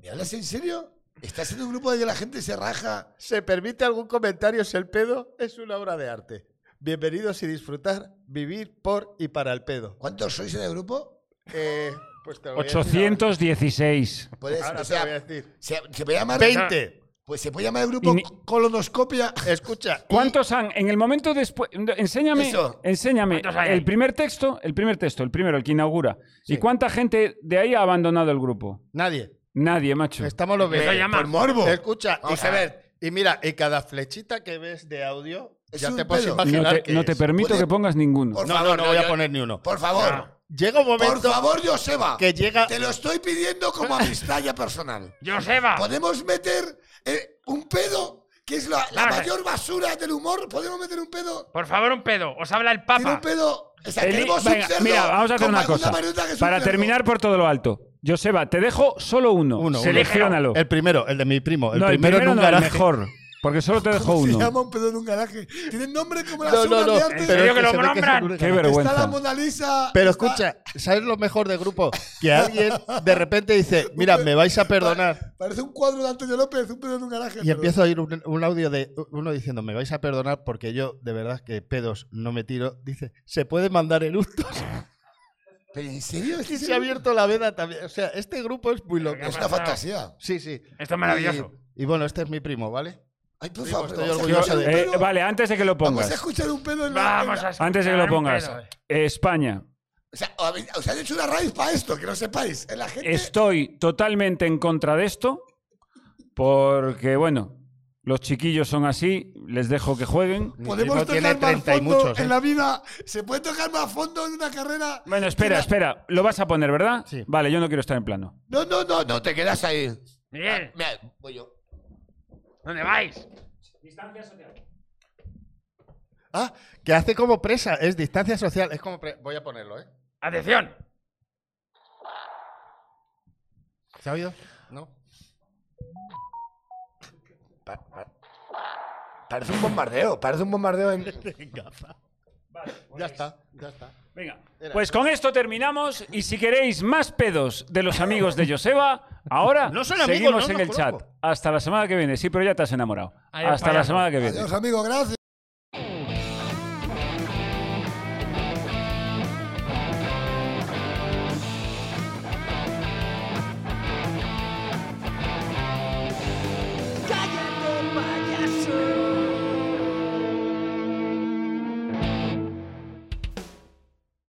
¿Me hablas en serio? ¿Estás en un grupo de que la gente se raja? Se permite algún comentario si el pedo es una obra de arte. Bienvenidos y disfrutar, vivir por y para el pedo. ¿Cuántos sois en el grupo? Eh, pues te lo voy a decir ahora. 816. Puedes- Ahora o te lo sea, voy a decir. Se, se puede llamar. 20. Pues se puede llamar el grupo Y Eh, ni- colonoscopia. Escucha. ¿Cuántos han? En el momento después. Enséñame. Eso. Enséñame. ¿Cuántos hay? El primer texto, el primer texto, el primero, el que inaugura. ¿Y cuánta gente de ahí ha abandonado el grupo? Nadie. Nadie, macho. Pues, Estamos los Eso ves. llama. Por morbo. Escucha, Vamos y- a ver. Y mira, y cada flechita que ves de audio, Es ya un te puedes pedo. imaginar. No te- qué no te es. permito Puede- que pongas ninguno. Por No, favor, no, no, no, voy yo- a poner ni uno. Por favor. Ah. Llega un momento. Por favor, Joseba. Que llega. Te lo estoy pidiendo [LAUGHS] como amistad ya personal. Joseba. ¿Podemos meter eh, un pedo? Que es la, la Vamos a ver. mayor basura del humor. ¿Podemos meter un pedo? Por favor, un pedo. Os habla el Papa. Tiene un pedo. O sea, Eli- queremos un venga, cerdo mira, vamos a hacer con una alguna cosa. marioneta que es un Para cerdo. terminar por todo lo alto. Joseba, te dejo solo uno. Uno, uno. Selecciónalo. El primero, el de mi primo. El no, primero el primero en un no, el garaje. mejor. Porque solo te dejo [LAUGHS] Se uno. llama un pedo en un garaje. Tiene nombre como la No, no, no. de antes. Pero es que se ve que se Qué publica. vergüenza. Está la Mona Lisa. [LAUGHS] Pero escucha, ¿sabes lo mejor del grupo? Que alguien de repente dice, mira, me vais a perdonar. Parece un cuadro de Antonio López, un pedo en un garaje. Y empiezo a oír un, un audio de uno diciendo, me vais a perdonar porque yo de verdad que pedos no me tiro. Dice, se puede mandar eructos. ¿Pero en serio? [LAUGHS] Y se ha abierto la veda también. O sea, este grupo es muy loco. Es una fantasía. Sí, sí. Esto es maravilloso. Y, y bueno, este es mi primo, ¿vale? Ay, por Primo, favor, estoy vamos a orgulloso escuchar de Eh, vale, antes de que lo Vamos a pongas. escuchar un pedo en la. Vamos en la- a Antes de que lo escuchar un pongas. pedo. Eh, España. O sea, habéis- os han hecho una raíz para esto, que lo sepáis. Eh, La [LAUGHS] gente. Estoy totalmente en contra de esto. Porque, bueno, los chiquillos son así. Les dejo que jueguen. Podemos tocar más fondo en la vida. Se puede tocar más fondo en una carrera. Bueno, espera, espera. Lo vas a poner, ¿verdad? Sí. Vale, yo no quiero estar en plano. No, no, no, no te quedas ahí. Miguel, Mira, voy yo. ¿dónde vais? Ah, que hace como presa, es distancia social, es como pre- voy a ponerlo, ¿eh? Atención. ¿Se ha oído? No. Parece un bombardeo, parece un bombardeo en. Ya está, ya está. Venga. Pues con esto terminamos y si queréis más pedos de los amigos de Joseba, ahora [LAUGHS] No son amigos, seguimos no, en no el chat. conozco. Hasta la semana que viene. Sí, pero ya te has enamorado. Ahí, Hasta la payaso. semana que viene. Adiós, amigo, gracias.